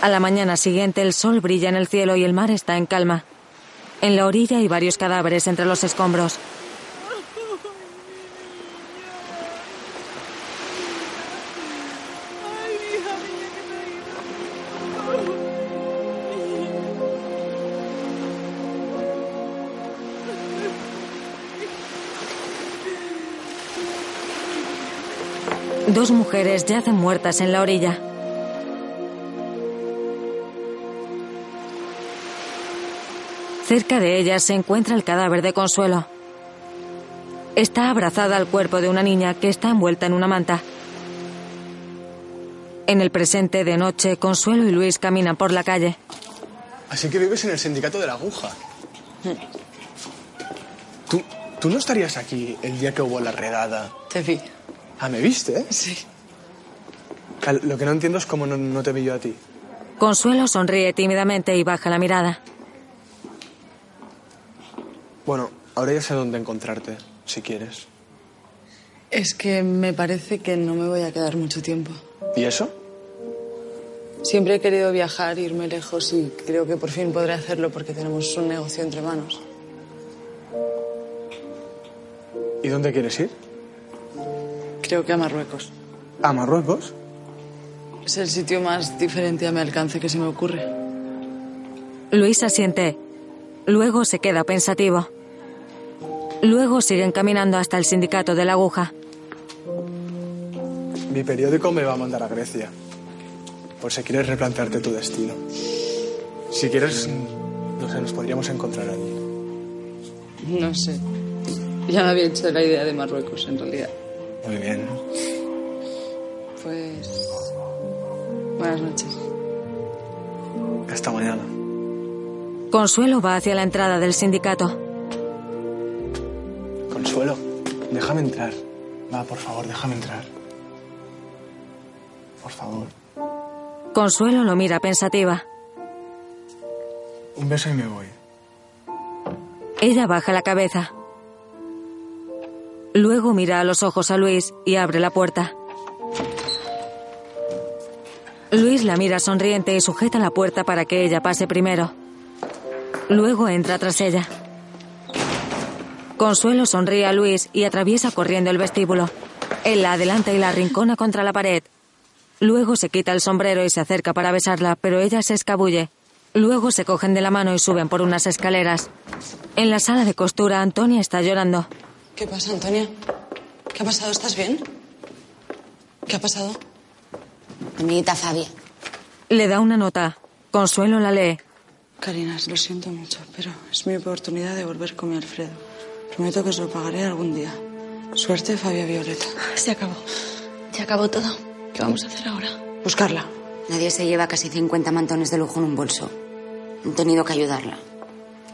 [SPEAKER 1] A la mañana siguiente el sol brilla en el cielo y el mar está en calma. En la orilla hay varios cadáveres entre los escombros. Dos mujeres yacen muertas en la orilla. Cerca de ellas se encuentra el cadáver de Consuelo. Está abrazada al cuerpo de una niña que está envuelta en una manta. En el presente de noche, Consuelo y Luis caminan por la calle.
[SPEAKER 8] Así que vives en el sindicato de la aguja.
[SPEAKER 4] Mm.
[SPEAKER 8] ¿Tú, tú no estarías aquí el día que hubo la redada?
[SPEAKER 4] Te vi.
[SPEAKER 8] Ah, ¿me viste? Sí. Lo que no entiendo es cómo no, no te vi yo a ti.
[SPEAKER 1] Consuelo sonríe tímidamente y baja la mirada.
[SPEAKER 8] Bueno, ahora ya sé dónde encontrarte, si quieres.
[SPEAKER 4] Es que me parece que no me voy a quedar mucho tiempo.
[SPEAKER 8] ¿Y eso?
[SPEAKER 4] Siempre he querido viajar, irme lejos y creo que por fin podré hacerlo porque tenemos un negocio entre manos.
[SPEAKER 8] ¿Y dónde quieres ir?
[SPEAKER 4] Creo que a Marruecos.
[SPEAKER 8] ¿A Marruecos?
[SPEAKER 4] Es el sitio más diferente a mi alcance que se me ocurre.
[SPEAKER 1] Luis asiente. Luego se queda pensativo. Luego siguen caminando hasta el sindicato de la aguja.
[SPEAKER 8] Mi periódico me va a mandar a Grecia. Por si quieres replantearte tu destino. Si quieres, mm, no juntos, ¿eh? nos podríamos encontrar allí.
[SPEAKER 4] No sé. Ya me había hecho la idea de Marruecos, en realidad.
[SPEAKER 8] Muy bien.
[SPEAKER 4] Pues. Buenas noches.
[SPEAKER 8] Hasta mañana.
[SPEAKER 1] Consuelo va hacia la entrada del sindicato.
[SPEAKER 8] Consuelo, déjame entrar. Va, por favor, déjame entrar. Por favor.
[SPEAKER 1] Consuelo lo mira pensativa.
[SPEAKER 8] Un beso y me voy.
[SPEAKER 1] Ella baja la cabeza. Luego mira a los ojos a Luis y abre la puerta. Luis la mira sonriente y sujeta la puerta para que ella pase primero. Luego entra tras ella. Consuelo sonríe a Luis y atraviesa corriendo el vestíbulo. Él la adelanta y la rincona contra la pared. Luego se quita el sombrero y se acerca para besarla, pero ella se escabulle. Luego se cogen de la mano y suben por unas escaleras. En la sala de costura, Antonia está llorando.
[SPEAKER 4] ¿Qué pasa, Antonia? ¿Qué ha pasado? ¿Estás bien? ¿Qué ha pasado?
[SPEAKER 12] Amiguita Fabi.
[SPEAKER 1] Le da una nota. Consuelo la lee.
[SPEAKER 4] Carinas, lo siento mucho, pero es mi oportunidad de volver con mi Alfredo. Prometo que os lo pagaré algún día. Suerte, Fabia Violeta.
[SPEAKER 24] Se acabó. Se acabó todo. ¿Qué vamos a hacer ahora?
[SPEAKER 4] Buscarla.
[SPEAKER 12] Nadie se lleva casi 50 mantones de lujo en un bolso. Han tenido que ayudarla.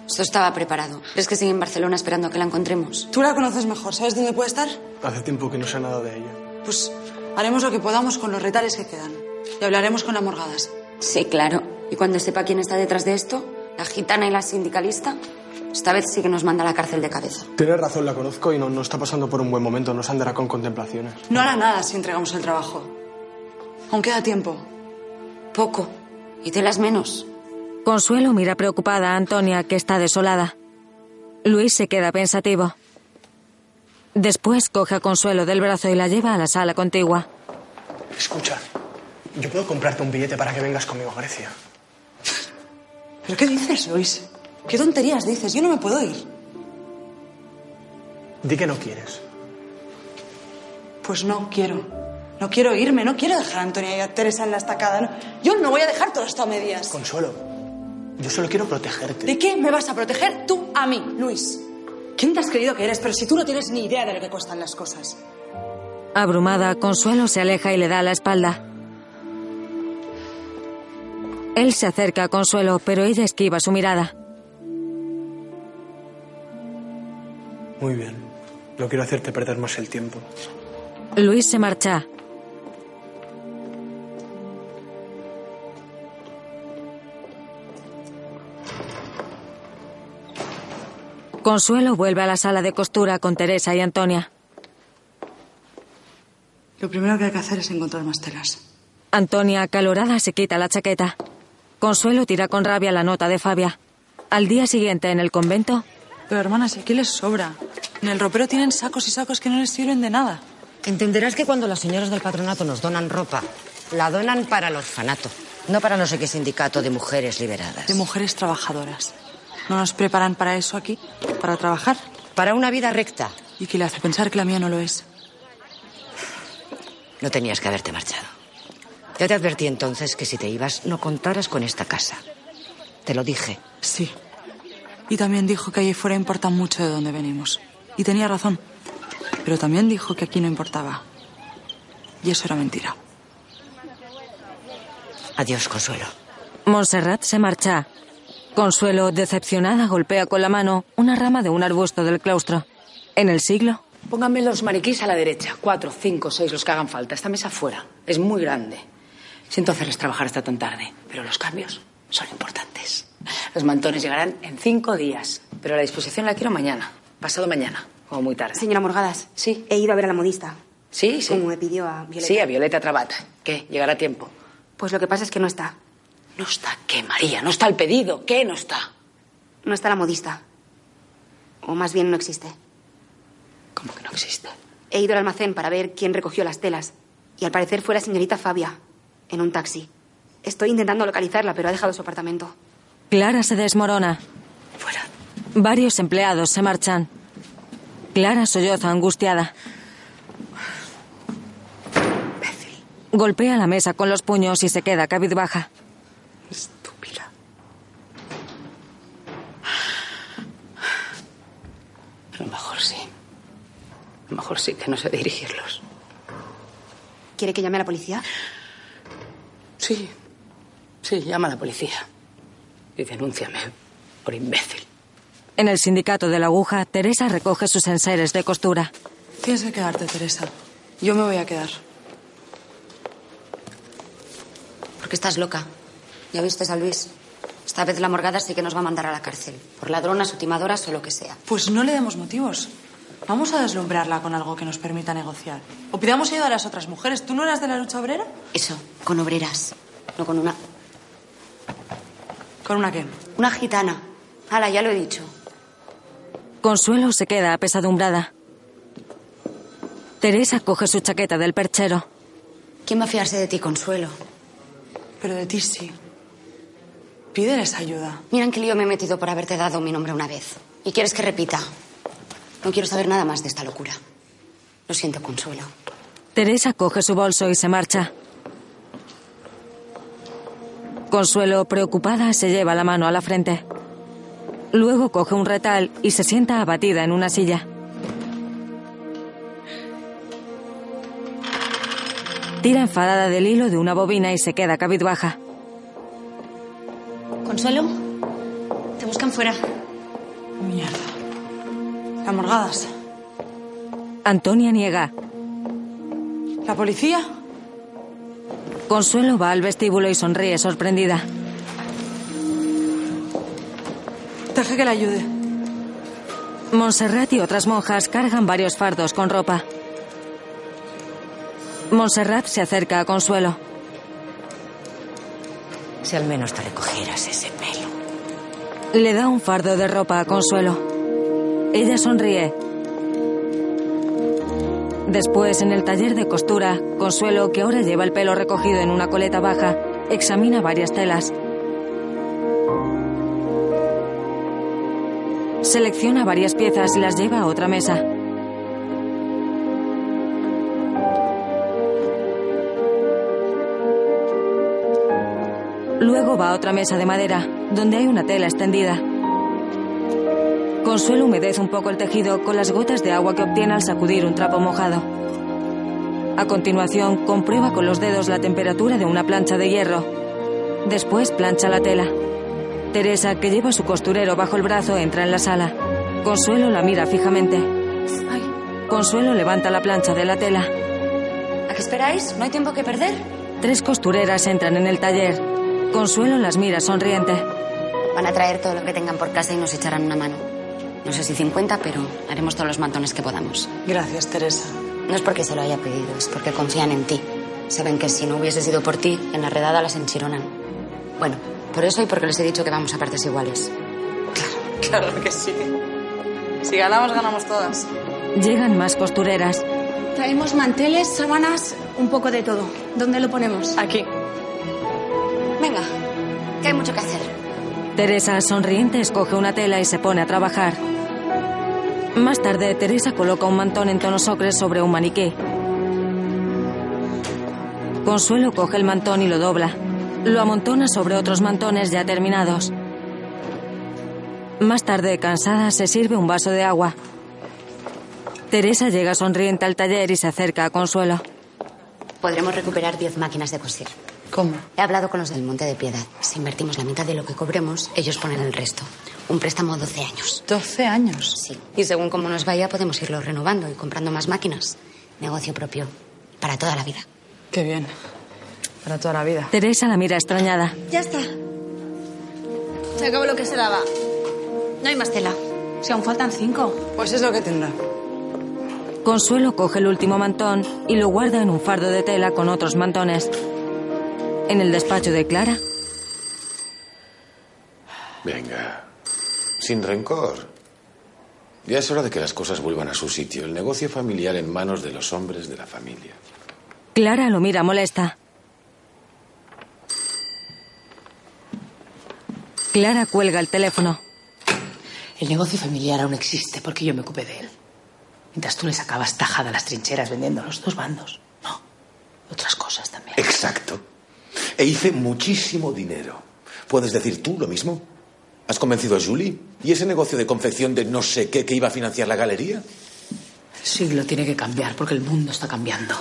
[SPEAKER 12] Esto estaba preparado. ¿Crees que sigue en Barcelona esperando a que la encontremos?
[SPEAKER 4] Tú la conoces mejor, ¿sabes dónde puede estar?
[SPEAKER 8] Hace tiempo que no sé nada de ella.
[SPEAKER 4] Pues haremos lo que podamos con los retales que quedan. Y hablaremos con las morgadas.
[SPEAKER 12] Sí, claro. Y cuando sepa quién está detrás de esto, la gitana y la sindicalista, esta vez sí que nos manda a la cárcel de cabeza.
[SPEAKER 8] Tienes razón, la conozco y no, no está pasando por un buen momento. No se andará con contemplaciones.
[SPEAKER 4] No hará nada si entregamos el trabajo. Aún queda tiempo.
[SPEAKER 12] Poco. Y telas menos.
[SPEAKER 1] Consuelo mira preocupada a Antonia, que está desolada. Luis se queda pensativo. Después coge a Consuelo del brazo y la lleva a la sala contigua.
[SPEAKER 8] Escucha, yo puedo comprarte un billete para que vengas conmigo a Grecia.
[SPEAKER 4] ¿Pero qué dices, Luis? ¿Qué tonterías dices? Yo no me puedo ir.
[SPEAKER 8] Di que no quieres.
[SPEAKER 4] Pues no quiero. No quiero irme, no quiero dejar a Antonia y a Teresa en la estacada. no. Yo no voy a dejar todo esto a medias.
[SPEAKER 8] Consuelo, yo solo quiero protegerte.
[SPEAKER 4] ¿De qué me vas a proteger tú a mí, Luis? ¿Quién te has creído que eres? Pero si tú no tienes ni idea de lo que cuestan las cosas.
[SPEAKER 1] Abrumada, Consuelo se aleja y le da la espalda. Él se acerca a Consuelo, pero ella esquiva su mirada.
[SPEAKER 8] Muy bien. No quiero hacerte perder más el tiempo.
[SPEAKER 1] Luis se marcha. Consuelo vuelve a la sala de costura con Teresa y Antonia.
[SPEAKER 4] Lo primero que hay que hacer es encontrar más telas.
[SPEAKER 1] Antonia, acalorada, se quita la chaqueta. Consuelo tira con rabia la nota de Fabia. Al día siguiente, en el convento,
[SPEAKER 4] Pero hermana, si aquí les sobra. En el ropero tienen sacos y sacos que no les sirven de nada.
[SPEAKER 6] Entenderás que cuando las señoras del patronato nos donan ropa, la donan para el orfanato, no para no sé qué sindicato de mujeres liberadas.
[SPEAKER 4] De mujeres trabajadoras. ¿No nos preparan para eso aquí? ¿Para trabajar?
[SPEAKER 6] Para una vida recta.
[SPEAKER 4] ¿Y qué le hace pensar que la mía no lo es?
[SPEAKER 6] No tenías que haberte marchado. Ya te advertí entonces que si te ibas no contaras con esta casa. Te lo dije.
[SPEAKER 4] Sí. Y también dijo que allí fuera importa mucho de dónde venimos. Y tenía razón. Pero también dijo que aquí no importaba. Y eso era mentira.
[SPEAKER 6] Adiós, Consuelo.
[SPEAKER 1] Montserrat se marcha. Consuelo, decepcionada, golpea con la mano una rama de un arbusto del claustro. En el siglo,
[SPEAKER 21] Pónganme los maniquís a la derecha. Cuatro, cinco, seis, los que hagan falta. Esta mesa fuera. Es muy grande. Siento hacerles trabajar hasta tan tarde, pero los cambios son importantes. Los mantones llegarán en cinco días, pero la disposición la quiero mañana. Pasado mañana, o muy tarde.
[SPEAKER 20] Señora Morgadas. Sí. He ido a ver a la modista.
[SPEAKER 21] Sí, sí.
[SPEAKER 20] Como me pidió a Violeta.
[SPEAKER 21] Sí, a Violeta Trabata. ¿Qué? ¿Llegará a tiempo?
[SPEAKER 20] Pues lo que pasa es que no está.
[SPEAKER 21] No está. ¿Qué, María? No está el pedido. ¿Qué no está?
[SPEAKER 20] No está la modista. O más bien no existe.
[SPEAKER 21] ¿Cómo que no existe?
[SPEAKER 20] He ido al almacén para ver quién recogió las telas. Y al parecer fue la señorita Fabia, en un taxi. Estoy intentando localizarla, pero ha dejado su apartamento.
[SPEAKER 1] Clara se desmorona.
[SPEAKER 21] Fuera.
[SPEAKER 1] Varios empleados se marchan. Clara solloza angustiada. Golpea la mesa con los puños y se queda cabizbaja.
[SPEAKER 21] Estúpida. Mejor sí que no sé dirigirlos.
[SPEAKER 20] ¿Quiere que llame a la policía?
[SPEAKER 21] Sí. Sí, llama a la policía. Y denúnciame por imbécil.
[SPEAKER 1] En el sindicato de la aguja, Teresa recoge sus enseres de costura.
[SPEAKER 4] Tienes que quedarte, Teresa. Yo me voy a quedar.
[SPEAKER 12] Porque estás loca. Ya viste a Luis. Esta vez la morgada sí que nos va a mandar a la cárcel. Por ladronas o timadoras o lo que sea.
[SPEAKER 4] Pues no le demos motivos. Vamos a deslumbrarla con algo que nos permita negociar. O pidamos ayuda a las otras mujeres. ¿Tú no eras de la lucha obrera?
[SPEAKER 12] Eso, con obreras. No con una.
[SPEAKER 4] ¿Con una qué?
[SPEAKER 12] Una gitana. Hala, ya lo he dicho.
[SPEAKER 1] Consuelo se queda apesadumbrada. Teresa coge su chaqueta del perchero.
[SPEAKER 12] ¿Quién va a fiarse de ti, Consuelo?
[SPEAKER 4] Pero de ti sí. Pídeles ayuda.
[SPEAKER 12] Mira en qué lío me he metido por haberte dado mi nombre una vez. ¿Y quieres que repita? No quiero saber nada más de esta locura. Lo siento, Consuelo.
[SPEAKER 1] Teresa coge su bolso y se marcha. Consuelo, preocupada, se lleva la mano a la frente. Luego coge un retal y se sienta abatida en una silla. Tira enfadada del hilo de una bobina y se queda cabizbaja.
[SPEAKER 12] Consuelo, te buscan fuera.
[SPEAKER 4] Mierda. Amorgadas.
[SPEAKER 1] Antonia niega.
[SPEAKER 4] ¿La policía?
[SPEAKER 1] Consuelo va al vestíbulo y sonríe sorprendida.
[SPEAKER 4] Deje que la ayude.
[SPEAKER 1] Montserrat y otras monjas cargan varios fardos con ropa. Montserrat se acerca a Consuelo.
[SPEAKER 6] Si al menos te recogieras ese pelo.
[SPEAKER 1] Le da un fardo de ropa a Consuelo. Ella sonríe. Después, en el taller de costura, Consuelo, que ahora lleva el pelo recogido en una coleta baja, examina varias telas. Selecciona varias piezas y las lleva a otra mesa. Luego va a otra mesa de madera, donde hay una tela extendida. Consuelo humedece un poco el tejido con las gotas de agua que obtiene al sacudir un trapo mojado. A continuación, comprueba con los dedos la temperatura de una plancha de hierro. Después plancha la tela. Teresa, que lleva su costurero bajo el brazo, entra en la sala. Consuelo la mira fijamente. Consuelo levanta la plancha de la tela.
[SPEAKER 12] ¿A qué esperáis? ¿No hay tiempo que perder?
[SPEAKER 1] Tres costureras entran en el taller. Consuelo las mira sonriente.
[SPEAKER 12] Van a traer todo lo que tengan por casa y nos echarán una mano. No sé si 50, pero haremos todos los mantones que podamos.
[SPEAKER 4] Gracias, Teresa.
[SPEAKER 12] No es porque se lo haya pedido, es porque confían en ti. Saben que si no hubiese sido por ti, en la redada las enchironan. Bueno, por eso y porque les he dicho que vamos a partes iguales.
[SPEAKER 4] Claro que sí. Si ganamos, ganamos todas.
[SPEAKER 1] Llegan más costureras.
[SPEAKER 2] Traemos manteles, sábanas, un poco de todo. ¿Dónde lo ponemos?
[SPEAKER 4] Aquí.
[SPEAKER 12] Venga, que hay mucho que hacer.
[SPEAKER 1] Teresa, sonriente, escoge una tela y se pone a trabajar. Más tarde, Teresa coloca un mantón en tonos ocres sobre un maniquí. Consuelo coge el mantón y lo dobla. Lo amontona sobre otros mantones ya terminados. Más tarde, cansada, se sirve un vaso de agua. Teresa llega sonriente al taller y se acerca a Consuelo.
[SPEAKER 12] Podremos recuperar 10 máquinas de cosir.
[SPEAKER 4] ¿Cómo?
[SPEAKER 12] He hablado con los del Monte de Piedad. Si invertimos la mitad de lo que cobremos, ellos ponen el resto. Un préstamo a 12 años.
[SPEAKER 4] ¿12 años?
[SPEAKER 12] Sí. Y según cómo nos vaya, podemos irlo renovando y comprando más máquinas. Negocio propio. Para toda la vida.
[SPEAKER 4] Qué bien. Para toda la vida.
[SPEAKER 1] Teresa la mira extrañada.
[SPEAKER 2] Ya está. Se acabó lo que se daba. No hay más tela. Si aún faltan cinco.
[SPEAKER 4] Pues es lo que tendrá.
[SPEAKER 1] Consuelo coge el último mantón y lo guarda en un fardo de tela con otros mantones. En el despacho de Clara.
[SPEAKER 11] Venga. Sin rencor. Ya es hora de que las cosas vuelvan a su sitio. El negocio familiar en manos de los hombres de la familia.
[SPEAKER 1] Clara lo mira molesta. Clara cuelga el teléfono.
[SPEAKER 21] El negocio familiar aún existe porque yo me ocupé de él. Mientras tú le sacabas tajada a las trincheras vendiendo a los dos bandos. No. Otras cosas también.
[SPEAKER 11] Exacto. E hice muchísimo dinero. ¿Puedes decir tú lo mismo? ¿Has convencido a Julie? ¿Y ese negocio de confección de no sé qué que iba a financiar la galería?
[SPEAKER 15] El siglo tiene que cambiar porque el mundo está cambiando.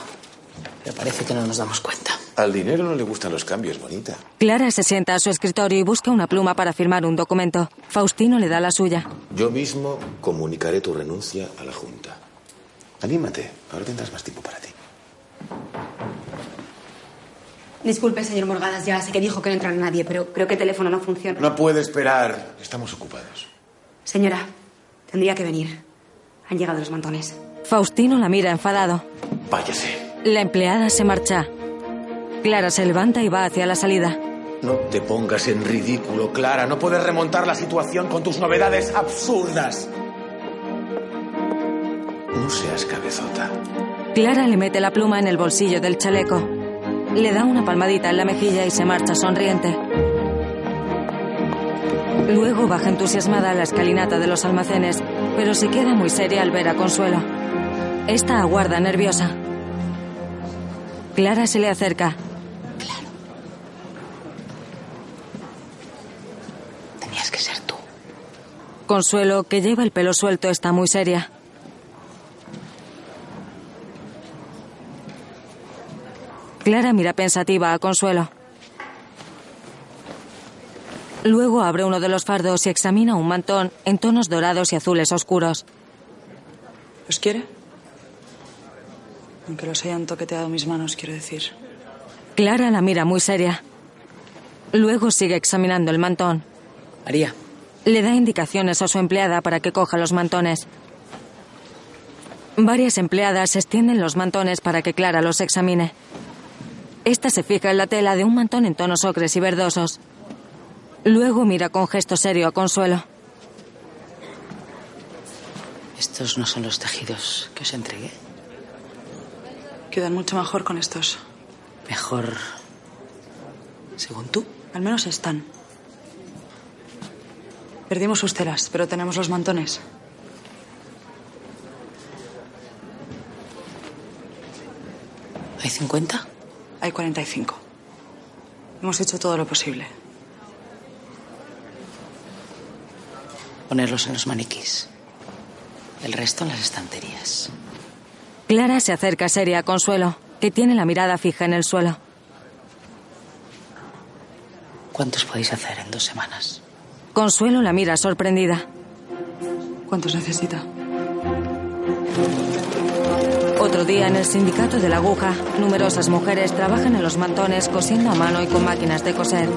[SPEAKER 15] Pero parece que no nos damos cuenta.
[SPEAKER 11] Al dinero no le gustan los cambios, bonita.
[SPEAKER 1] Clara se sienta a su escritorio y busca una pluma para firmar un documento. Faustino le da la suya.
[SPEAKER 11] Yo mismo comunicaré tu renuncia a la Junta. Anímate, ahora tendrás más tiempo para ti.
[SPEAKER 20] Disculpe, señor Morgadas, ya sé que dijo que no entrara nadie, pero creo que el teléfono no funciona.
[SPEAKER 11] No puede esperar. Estamos ocupados.
[SPEAKER 20] Señora, tendría que venir. Han llegado los mantones.
[SPEAKER 1] Faustino la mira enfadado.
[SPEAKER 11] Váyase.
[SPEAKER 1] La empleada se marcha. Clara se levanta y va hacia la salida.
[SPEAKER 11] No te pongas en ridículo, Clara. No puedes remontar la situación con tus novedades absurdas. No seas cabezota.
[SPEAKER 1] Clara le mete la pluma en el bolsillo del chaleco. Le da una palmadita en la mejilla y se marcha sonriente. Luego baja entusiasmada a la escalinata de los almacenes, pero se queda muy seria al ver a Consuelo. Esta aguarda nerviosa. Clara se le acerca.
[SPEAKER 15] Tenías que ser tú.
[SPEAKER 1] Consuelo, que lleva el pelo suelto, está muy seria. Clara mira pensativa a Consuelo. Luego abre uno de los fardos y examina un mantón en tonos dorados y azules oscuros.
[SPEAKER 4] ¿Los quiere? Aunque los hayan toqueteado mis manos, quiero decir.
[SPEAKER 1] Clara la mira muy seria. Luego sigue examinando el mantón.
[SPEAKER 15] María.
[SPEAKER 1] Le da indicaciones a su empleada para que coja los mantones. Varias empleadas extienden los mantones para que Clara los examine. Esta se fija en la tela de un mantón en tonos ocres y verdosos. Luego mira con gesto serio a Consuelo.
[SPEAKER 15] Estos no son los tejidos que os entregué.
[SPEAKER 4] Quedan mucho mejor con estos.
[SPEAKER 15] Mejor. según tú.
[SPEAKER 4] Al menos están. Perdimos sus telas, pero tenemos los mantones.
[SPEAKER 15] ¿Hay 50?
[SPEAKER 4] Hay 45. Hemos hecho todo lo posible.
[SPEAKER 15] Ponerlos en los maniquís. El resto en las estanterías.
[SPEAKER 1] Clara se acerca seria a Consuelo, que tiene la mirada fija en el suelo.
[SPEAKER 15] ¿Cuántos podéis hacer en dos semanas?
[SPEAKER 1] Consuelo la mira sorprendida.
[SPEAKER 4] ¿Cuántos necesita?
[SPEAKER 1] Otro día en el sindicato de la aguja, numerosas mujeres trabajan en los mantones cosiendo a mano y con máquinas de coser.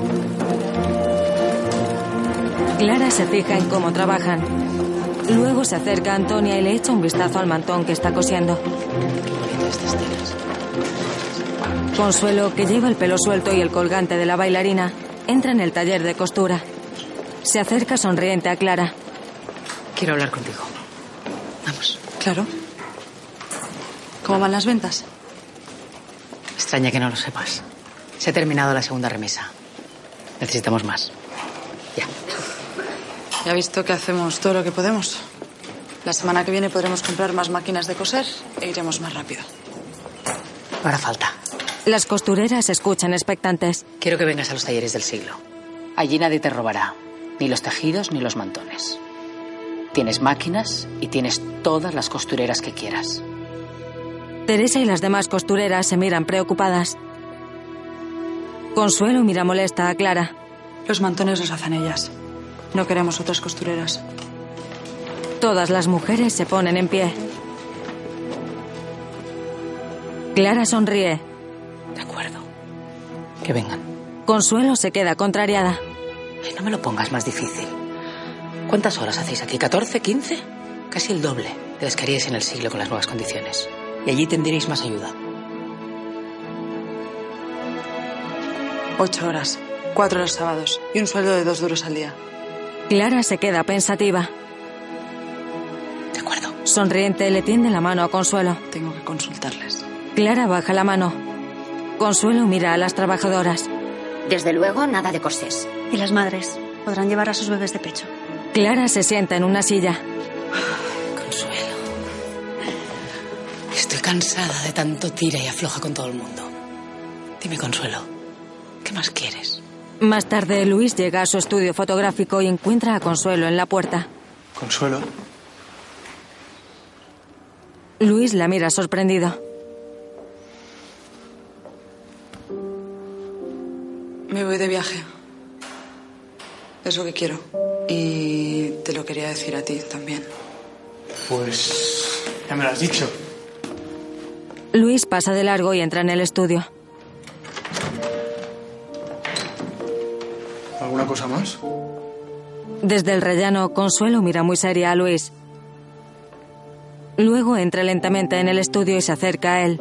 [SPEAKER 1] Clara se fija en cómo trabajan. Luego se acerca a Antonia y le echa un vistazo al mantón que está cosiendo. Consuelo, que lleva el pelo suelto y el colgante de la bailarina, entra en el taller de costura. Se acerca sonriente a Clara.
[SPEAKER 15] Quiero hablar contigo. Vamos.
[SPEAKER 4] Claro. ¿Cómo van las ventas?
[SPEAKER 15] Extraña que no lo sepas. Se ha terminado la segunda remesa. Necesitamos más. Ya.
[SPEAKER 4] Ya he visto que hacemos todo lo que podemos. La semana que viene podremos comprar más máquinas de coser e iremos más rápido.
[SPEAKER 15] No hará falta.
[SPEAKER 1] Las costureras escuchan expectantes.
[SPEAKER 15] Quiero que vengas a los talleres del siglo. Allí nadie te robará. Ni los tejidos ni los mantones. Tienes máquinas y tienes todas las costureras que quieras.
[SPEAKER 1] Teresa y las demás costureras se miran preocupadas. Consuelo mira molesta a Clara.
[SPEAKER 4] Los mantones los hacen ellas. No queremos otras costureras.
[SPEAKER 1] Todas las mujeres se ponen en pie. Clara sonríe.
[SPEAKER 15] De acuerdo. Que vengan.
[SPEAKER 1] Consuelo se queda contrariada.
[SPEAKER 15] Ay, no me lo pongas más difícil. ¿Cuántas horas hacéis aquí? ¿14? ¿15? Casi el doble de las que haríais en el siglo con las nuevas condiciones. Y allí tendréis más ayuda.
[SPEAKER 4] Ocho horas, cuatro los sábados y un sueldo de dos duros al día.
[SPEAKER 1] Clara se queda pensativa.
[SPEAKER 15] De acuerdo.
[SPEAKER 1] Sonriente le tiende la mano a Consuelo.
[SPEAKER 4] Tengo que consultarles.
[SPEAKER 1] Clara baja la mano. Consuelo mira a las trabajadoras.
[SPEAKER 12] Desde luego, nada de corsés.
[SPEAKER 24] Y las madres podrán llevar a sus bebés de pecho.
[SPEAKER 1] Clara se sienta en una silla.
[SPEAKER 15] Consuelo. Estoy cansada de tanto tira y afloja con todo el mundo. Dime, Consuelo, ¿qué más quieres?
[SPEAKER 1] Más tarde, Luis llega a su estudio fotográfico y encuentra a Consuelo en la puerta.
[SPEAKER 8] Consuelo.
[SPEAKER 1] Luis la mira sorprendido.
[SPEAKER 4] Me voy de viaje. Es lo que quiero. Y te lo quería decir a ti también.
[SPEAKER 8] Pues ya me lo has dicho.
[SPEAKER 1] Luis pasa de largo y entra en el estudio.
[SPEAKER 8] ¿Alguna cosa más?
[SPEAKER 1] Desde el rellano, Consuelo mira muy seria a Luis. Luego entra lentamente en el estudio y se acerca a él.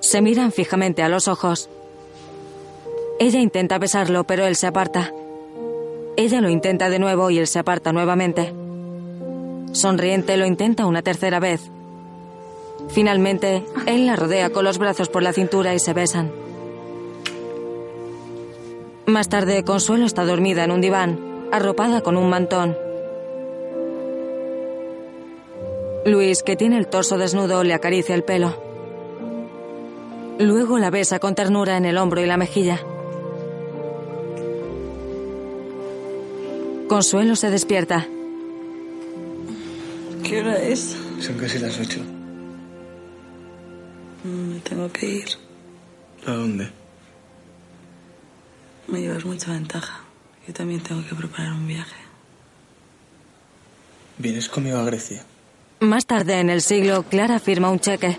[SPEAKER 1] Se miran fijamente a los ojos. Ella intenta besarlo, pero él se aparta. Ella lo intenta de nuevo y él se aparta nuevamente. Sonriente lo intenta una tercera vez. Finalmente, él la rodea con los brazos por la cintura y se besan. Más tarde, Consuelo está dormida en un diván, arropada con un mantón. Luis, que tiene el torso desnudo, le acaricia el pelo. Luego la besa con ternura en el hombro y la mejilla. Consuelo se despierta.
[SPEAKER 9] ¿Qué hora es?
[SPEAKER 8] Son casi las ocho.
[SPEAKER 9] Mm, Me tengo que ir.
[SPEAKER 8] ¿A dónde?
[SPEAKER 9] Me llevas mucha ventaja. Yo también tengo que preparar un viaje.
[SPEAKER 8] Vienes conmigo a Grecia.
[SPEAKER 1] Más tarde en el siglo, Clara firma un cheque.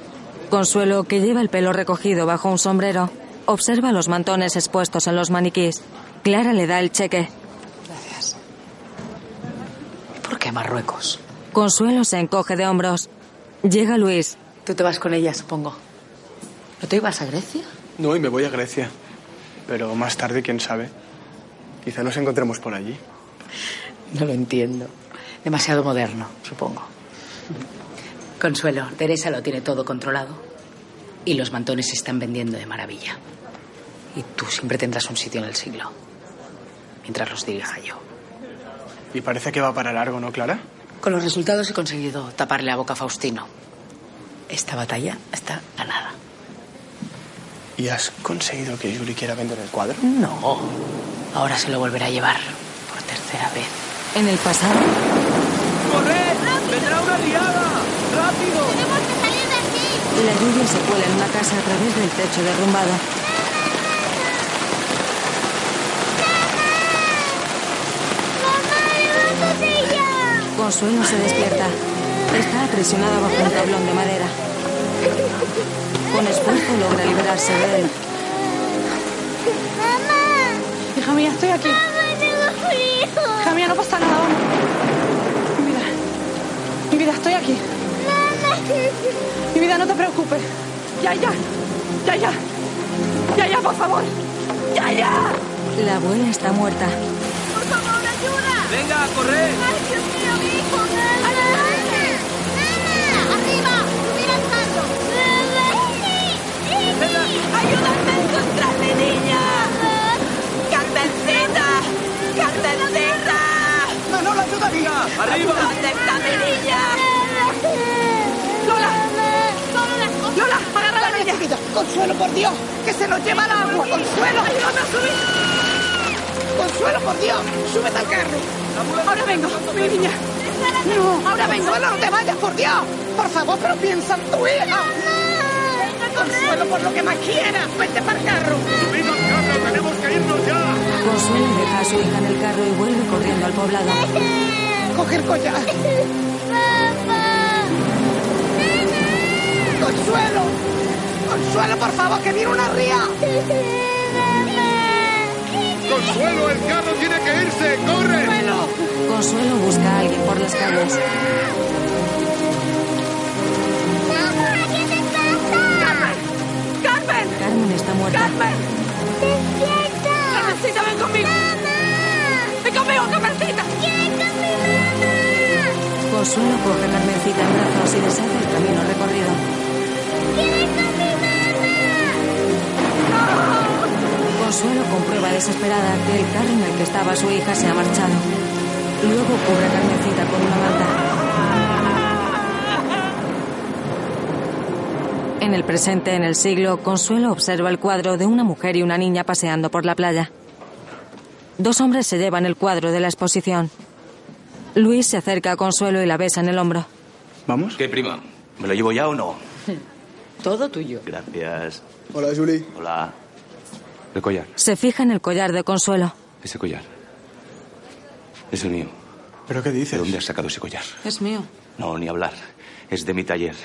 [SPEAKER 1] Consuelo, que lleva el pelo recogido bajo un sombrero, observa los mantones expuestos en los maniquís. Clara le da el cheque.
[SPEAKER 15] ¿Por qué Marruecos?
[SPEAKER 1] Consuelo se encoge de hombros. Llega Luis.
[SPEAKER 15] Tú te vas con ella, supongo. ¿No te ibas a Grecia?
[SPEAKER 8] No, y me voy a Grecia. Pero más tarde, quién sabe. Quizá nos encontremos por allí.
[SPEAKER 15] No lo entiendo. Demasiado moderno, supongo. Consuelo, Teresa lo tiene todo controlado. Y los mantones se están vendiendo de maravilla. Y tú siempre tendrás un sitio en el siglo. Mientras los dirija yo.
[SPEAKER 8] Y parece que va para largo, ¿no, Clara?
[SPEAKER 15] Con los resultados he conseguido taparle la boca a Faustino. Esta batalla está ganada.
[SPEAKER 8] ¿Y has conseguido que Yuri quiera vender el cuadro?
[SPEAKER 15] No. Ahora se lo volverá a llevar por tercera vez.
[SPEAKER 1] En el pasado.
[SPEAKER 7] ¡Corred! ¡Vendrá una liada! ¡Rápido!
[SPEAKER 1] La lluvia se cuela en una casa a través del techo derrumbado. Consuelo se despierta. Está aprisionada bajo un tablón de madera. Con esfuerzo logra liberarse de él.
[SPEAKER 9] Hija mía, estoy aquí. Hija mía, no pasa nada. vamos. Mi vida, mi vida, estoy aquí. Mi vida, no te preocupes. Ya, ya, ya, ya. Ya, ya, por favor. Ya, ya.
[SPEAKER 1] La abuela está muerta.
[SPEAKER 7] ¡Venga, corred!
[SPEAKER 9] ¡Ayúdame a encontrarme, niña! ¡Carmencita! ¡Carmencita! ¡No, no la ayudaría!
[SPEAKER 7] ¡Arriba!
[SPEAKER 9] ¿Dónde está mi niña? ¡Lola! ¡Lola! ¡Agarra a la niña! ¡Consuelo, por Dios! ¡Que se nos lleva el agua! ¡Consuelo! ¡Ayúdame a subir! ¡Consuelo, por Dios! ¡Súbete al carro! ¡Ahora vengo, mi niña! ¡No! ¡Ahora vengo! ¡Consuelo, no te vayas, por Dios! ¡Por favor, pero piensa en tu hija! ¡Consuelo, por lo que más quieras! ¡Vete para el carro!
[SPEAKER 7] ¡Subimos, Carla! ¡Tenemos que irnos ya!
[SPEAKER 1] Consuelo deja a su hija en el carro y vuelve corriendo al poblado.
[SPEAKER 9] ¡Coger collar! ¡Consuelo! ¡Consuelo, por favor, que viene una ría!
[SPEAKER 7] ¡Consuelo, el carro tiene que irse! Eh, ¡Corre!
[SPEAKER 1] Consuelo busca a alguien por las calles.
[SPEAKER 9] ¡Carmen! ¡Carmen!
[SPEAKER 1] Carmen está muerta.
[SPEAKER 9] ¡Carmen! ¡Carmencita, ven conmigo! ¡Ven conmigo, Carmencita!
[SPEAKER 1] Consuelo coge a Carmencita en brazos y deshace el camino recorrido. Consuelo comprueba desesperada que el carro en el que estaba su hija se ha marchado. Luego cubre a Carmencita con una banda. En el presente, en el siglo, Consuelo observa el cuadro de una mujer y una niña paseando por la playa. Dos hombres se llevan el cuadro de la exposición. Luis se acerca a Consuelo y la besa en el hombro.
[SPEAKER 10] ¿Vamos? ¿Qué, prima? ¿Me lo llevo ya o no?
[SPEAKER 28] Todo tuyo.
[SPEAKER 10] Gracias.
[SPEAKER 8] Hola, Julie.
[SPEAKER 10] Hola. El collar.
[SPEAKER 1] Se fija en el collar de Consuelo.
[SPEAKER 10] Ese collar. Es el mío.
[SPEAKER 8] ¿Pero qué dices?
[SPEAKER 10] ¿De dónde has sacado ese collar?
[SPEAKER 4] Es mío.
[SPEAKER 10] No, ni hablar. Es de mi taller.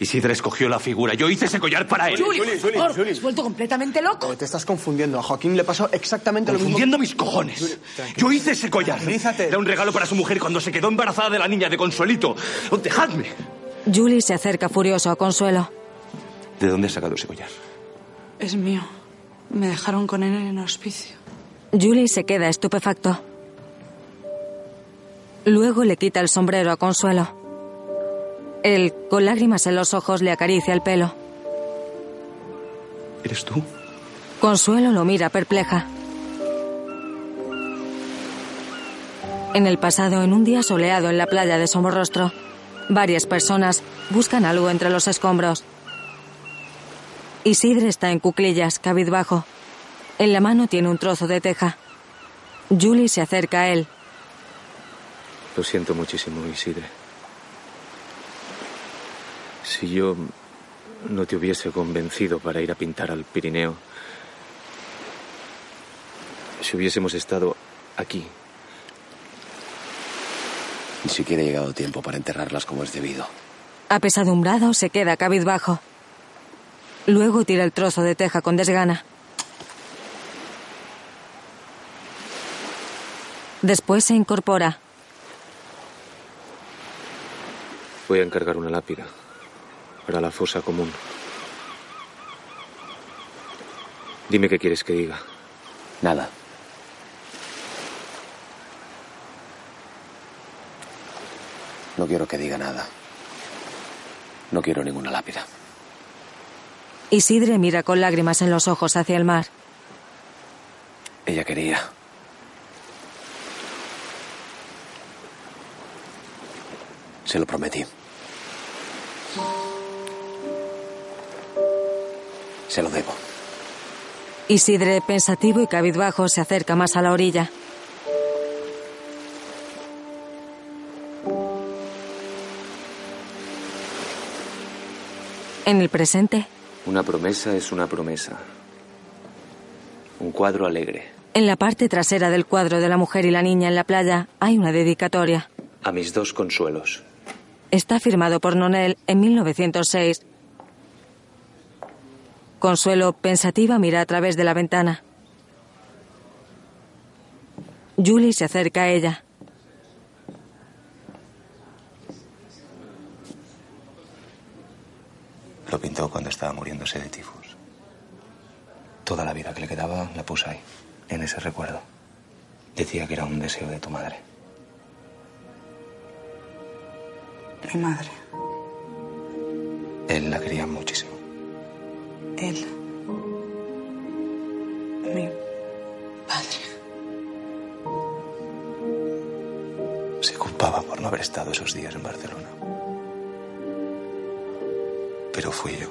[SPEAKER 10] Isidra escogió la figura. Yo hice ese collar para él.
[SPEAKER 4] Julie, por favor, te has vuelto completamente loco.
[SPEAKER 8] Oh, Te estás confundiendo. A Joaquín le pasó exactamente lo mismo.
[SPEAKER 10] Confundiendo mis cojones. Yo hice ese collar. Era un regalo para su mujer cuando se quedó embarazada de la niña de Consuelito. ¡Dejadme!
[SPEAKER 1] Julie se acerca furioso a Consuelo.
[SPEAKER 10] ¿De dónde has sacado ese collar?
[SPEAKER 4] Es mío. Me dejaron con él en el hospicio.
[SPEAKER 1] Julie se queda estupefacto. Luego le quita el sombrero a Consuelo. Él, con lágrimas en los ojos, le acaricia el pelo.
[SPEAKER 10] ¿Eres tú?
[SPEAKER 1] Consuelo lo mira perpleja. En el pasado, en un día soleado en la playa de Somorrostro, varias personas buscan algo entre los escombros. Isidre está en cuclillas, cabizbajo. En la mano tiene un trozo de teja. Julie se acerca a él.
[SPEAKER 10] Lo siento muchísimo, Isidre. Si yo no te hubiese convencido para ir a pintar al Pirineo, si hubiésemos estado aquí.
[SPEAKER 9] Ni siquiera ha llegado tiempo para enterrarlas como es debido.
[SPEAKER 1] Apesadumbrado, se queda cabizbajo. Luego tira el trozo de teja con desgana. Después se incorpora.
[SPEAKER 10] Voy a encargar una lápida para la fosa común. Dime qué quieres que diga.
[SPEAKER 9] Nada. No quiero que diga nada. No quiero ninguna lápida.
[SPEAKER 1] Isidre mira con lágrimas en los ojos hacia el mar.
[SPEAKER 9] Ella quería. Se lo prometí. Se lo debo.
[SPEAKER 1] Isidre, pensativo y cabizbajo, se acerca más a la orilla. En el presente,
[SPEAKER 9] Una promesa es una promesa. Un cuadro alegre.
[SPEAKER 1] en la parte trasera del cuadro de la mujer y la niña en la playa, hay una dedicatoria.
[SPEAKER 9] A mis dos consuelos.
[SPEAKER 1] Está firmado por Nonel en 1906. Consuelo, pensativa, mira a través de la ventana. Julie se acerca a ella.
[SPEAKER 9] Lo pintó cuando estaba muriéndose de tifus. Toda la vida que le quedaba la puse ahí, en ese recuerdo. Decía que era un deseo de tu madre.
[SPEAKER 4] Mi madre.
[SPEAKER 9] Él la quería muchísimo.
[SPEAKER 4] Él. Mi padre.
[SPEAKER 9] Se culpaba por no haber estado esos días en Barcelona. Pero fui yo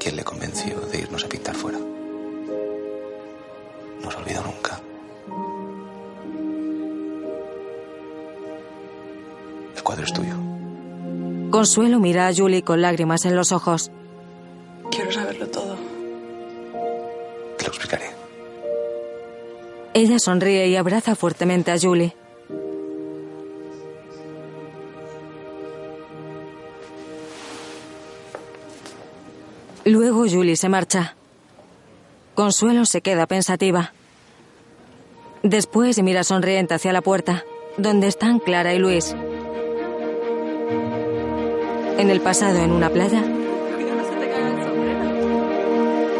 [SPEAKER 9] quien le convenció de irnos a pintar fuera. No se olvidó nunca. El cuadro es tuyo.
[SPEAKER 1] Consuelo mira a Julie con lágrimas en los ojos.
[SPEAKER 4] Quiero saberlo todo.
[SPEAKER 9] Te lo explicaré.
[SPEAKER 1] Ella sonríe y abraza fuertemente a Julie. Luego Julie se marcha. Consuelo se queda pensativa. Después mira sonriente hacia la puerta, donde están Clara y Luis. En el pasado, en una playa,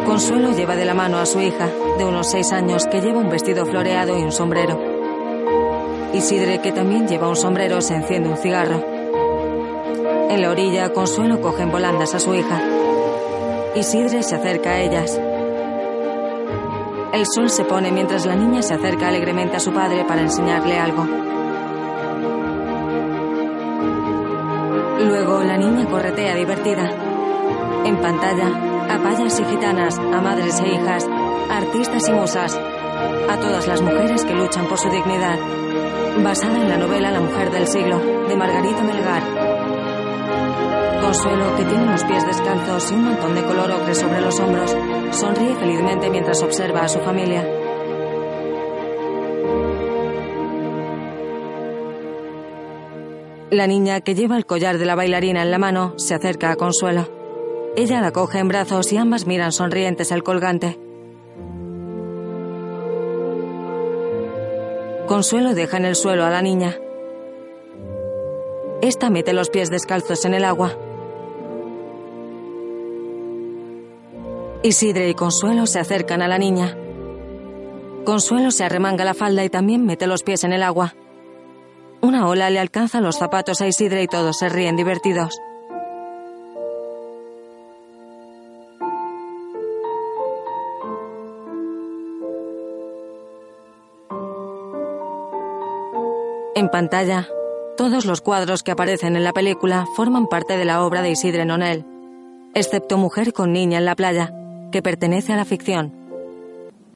[SPEAKER 1] Consuelo lleva de la mano a su hija, de unos seis años, que lleva un vestido floreado y un sombrero. Isidre, que también lleva un sombrero, se enciende un cigarro. En la orilla, Consuelo coge en volandas a su hija. Isidre se acerca a ellas. El sol se pone mientras la niña se acerca alegremente a su padre para enseñarle algo. Luego la niña corretea divertida. En pantalla, a payas y gitanas, a madres e hijas, a artistas y musas, a todas las mujeres que luchan por su dignidad. Basada en la novela La mujer del siglo, de Margarita Melgar. Consuelo, que tiene los pies descalzos y un montón de color ocre sobre los hombros, sonríe felizmente mientras observa a su familia. La niña, que lleva el collar de la bailarina en la mano, se acerca a Consuelo. Ella la coge en brazos y ambas miran sonrientes el colgante. Consuelo deja en el suelo a la niña. Esta mete los pies descalzos en el agua. Isidre y Consuelo se acercan a la niña. Consuelo se arremanga la falda y también mete los pies en el agua. Una ola le alcanza los zapatos a Isidre y todos se ríen divertidos. En pantalla, todos los cuadros que aparecen en la película forman parte de la obra de Isidre Nonel, excepto Mujer con Niña en la Playa, que pertenece a la ficción.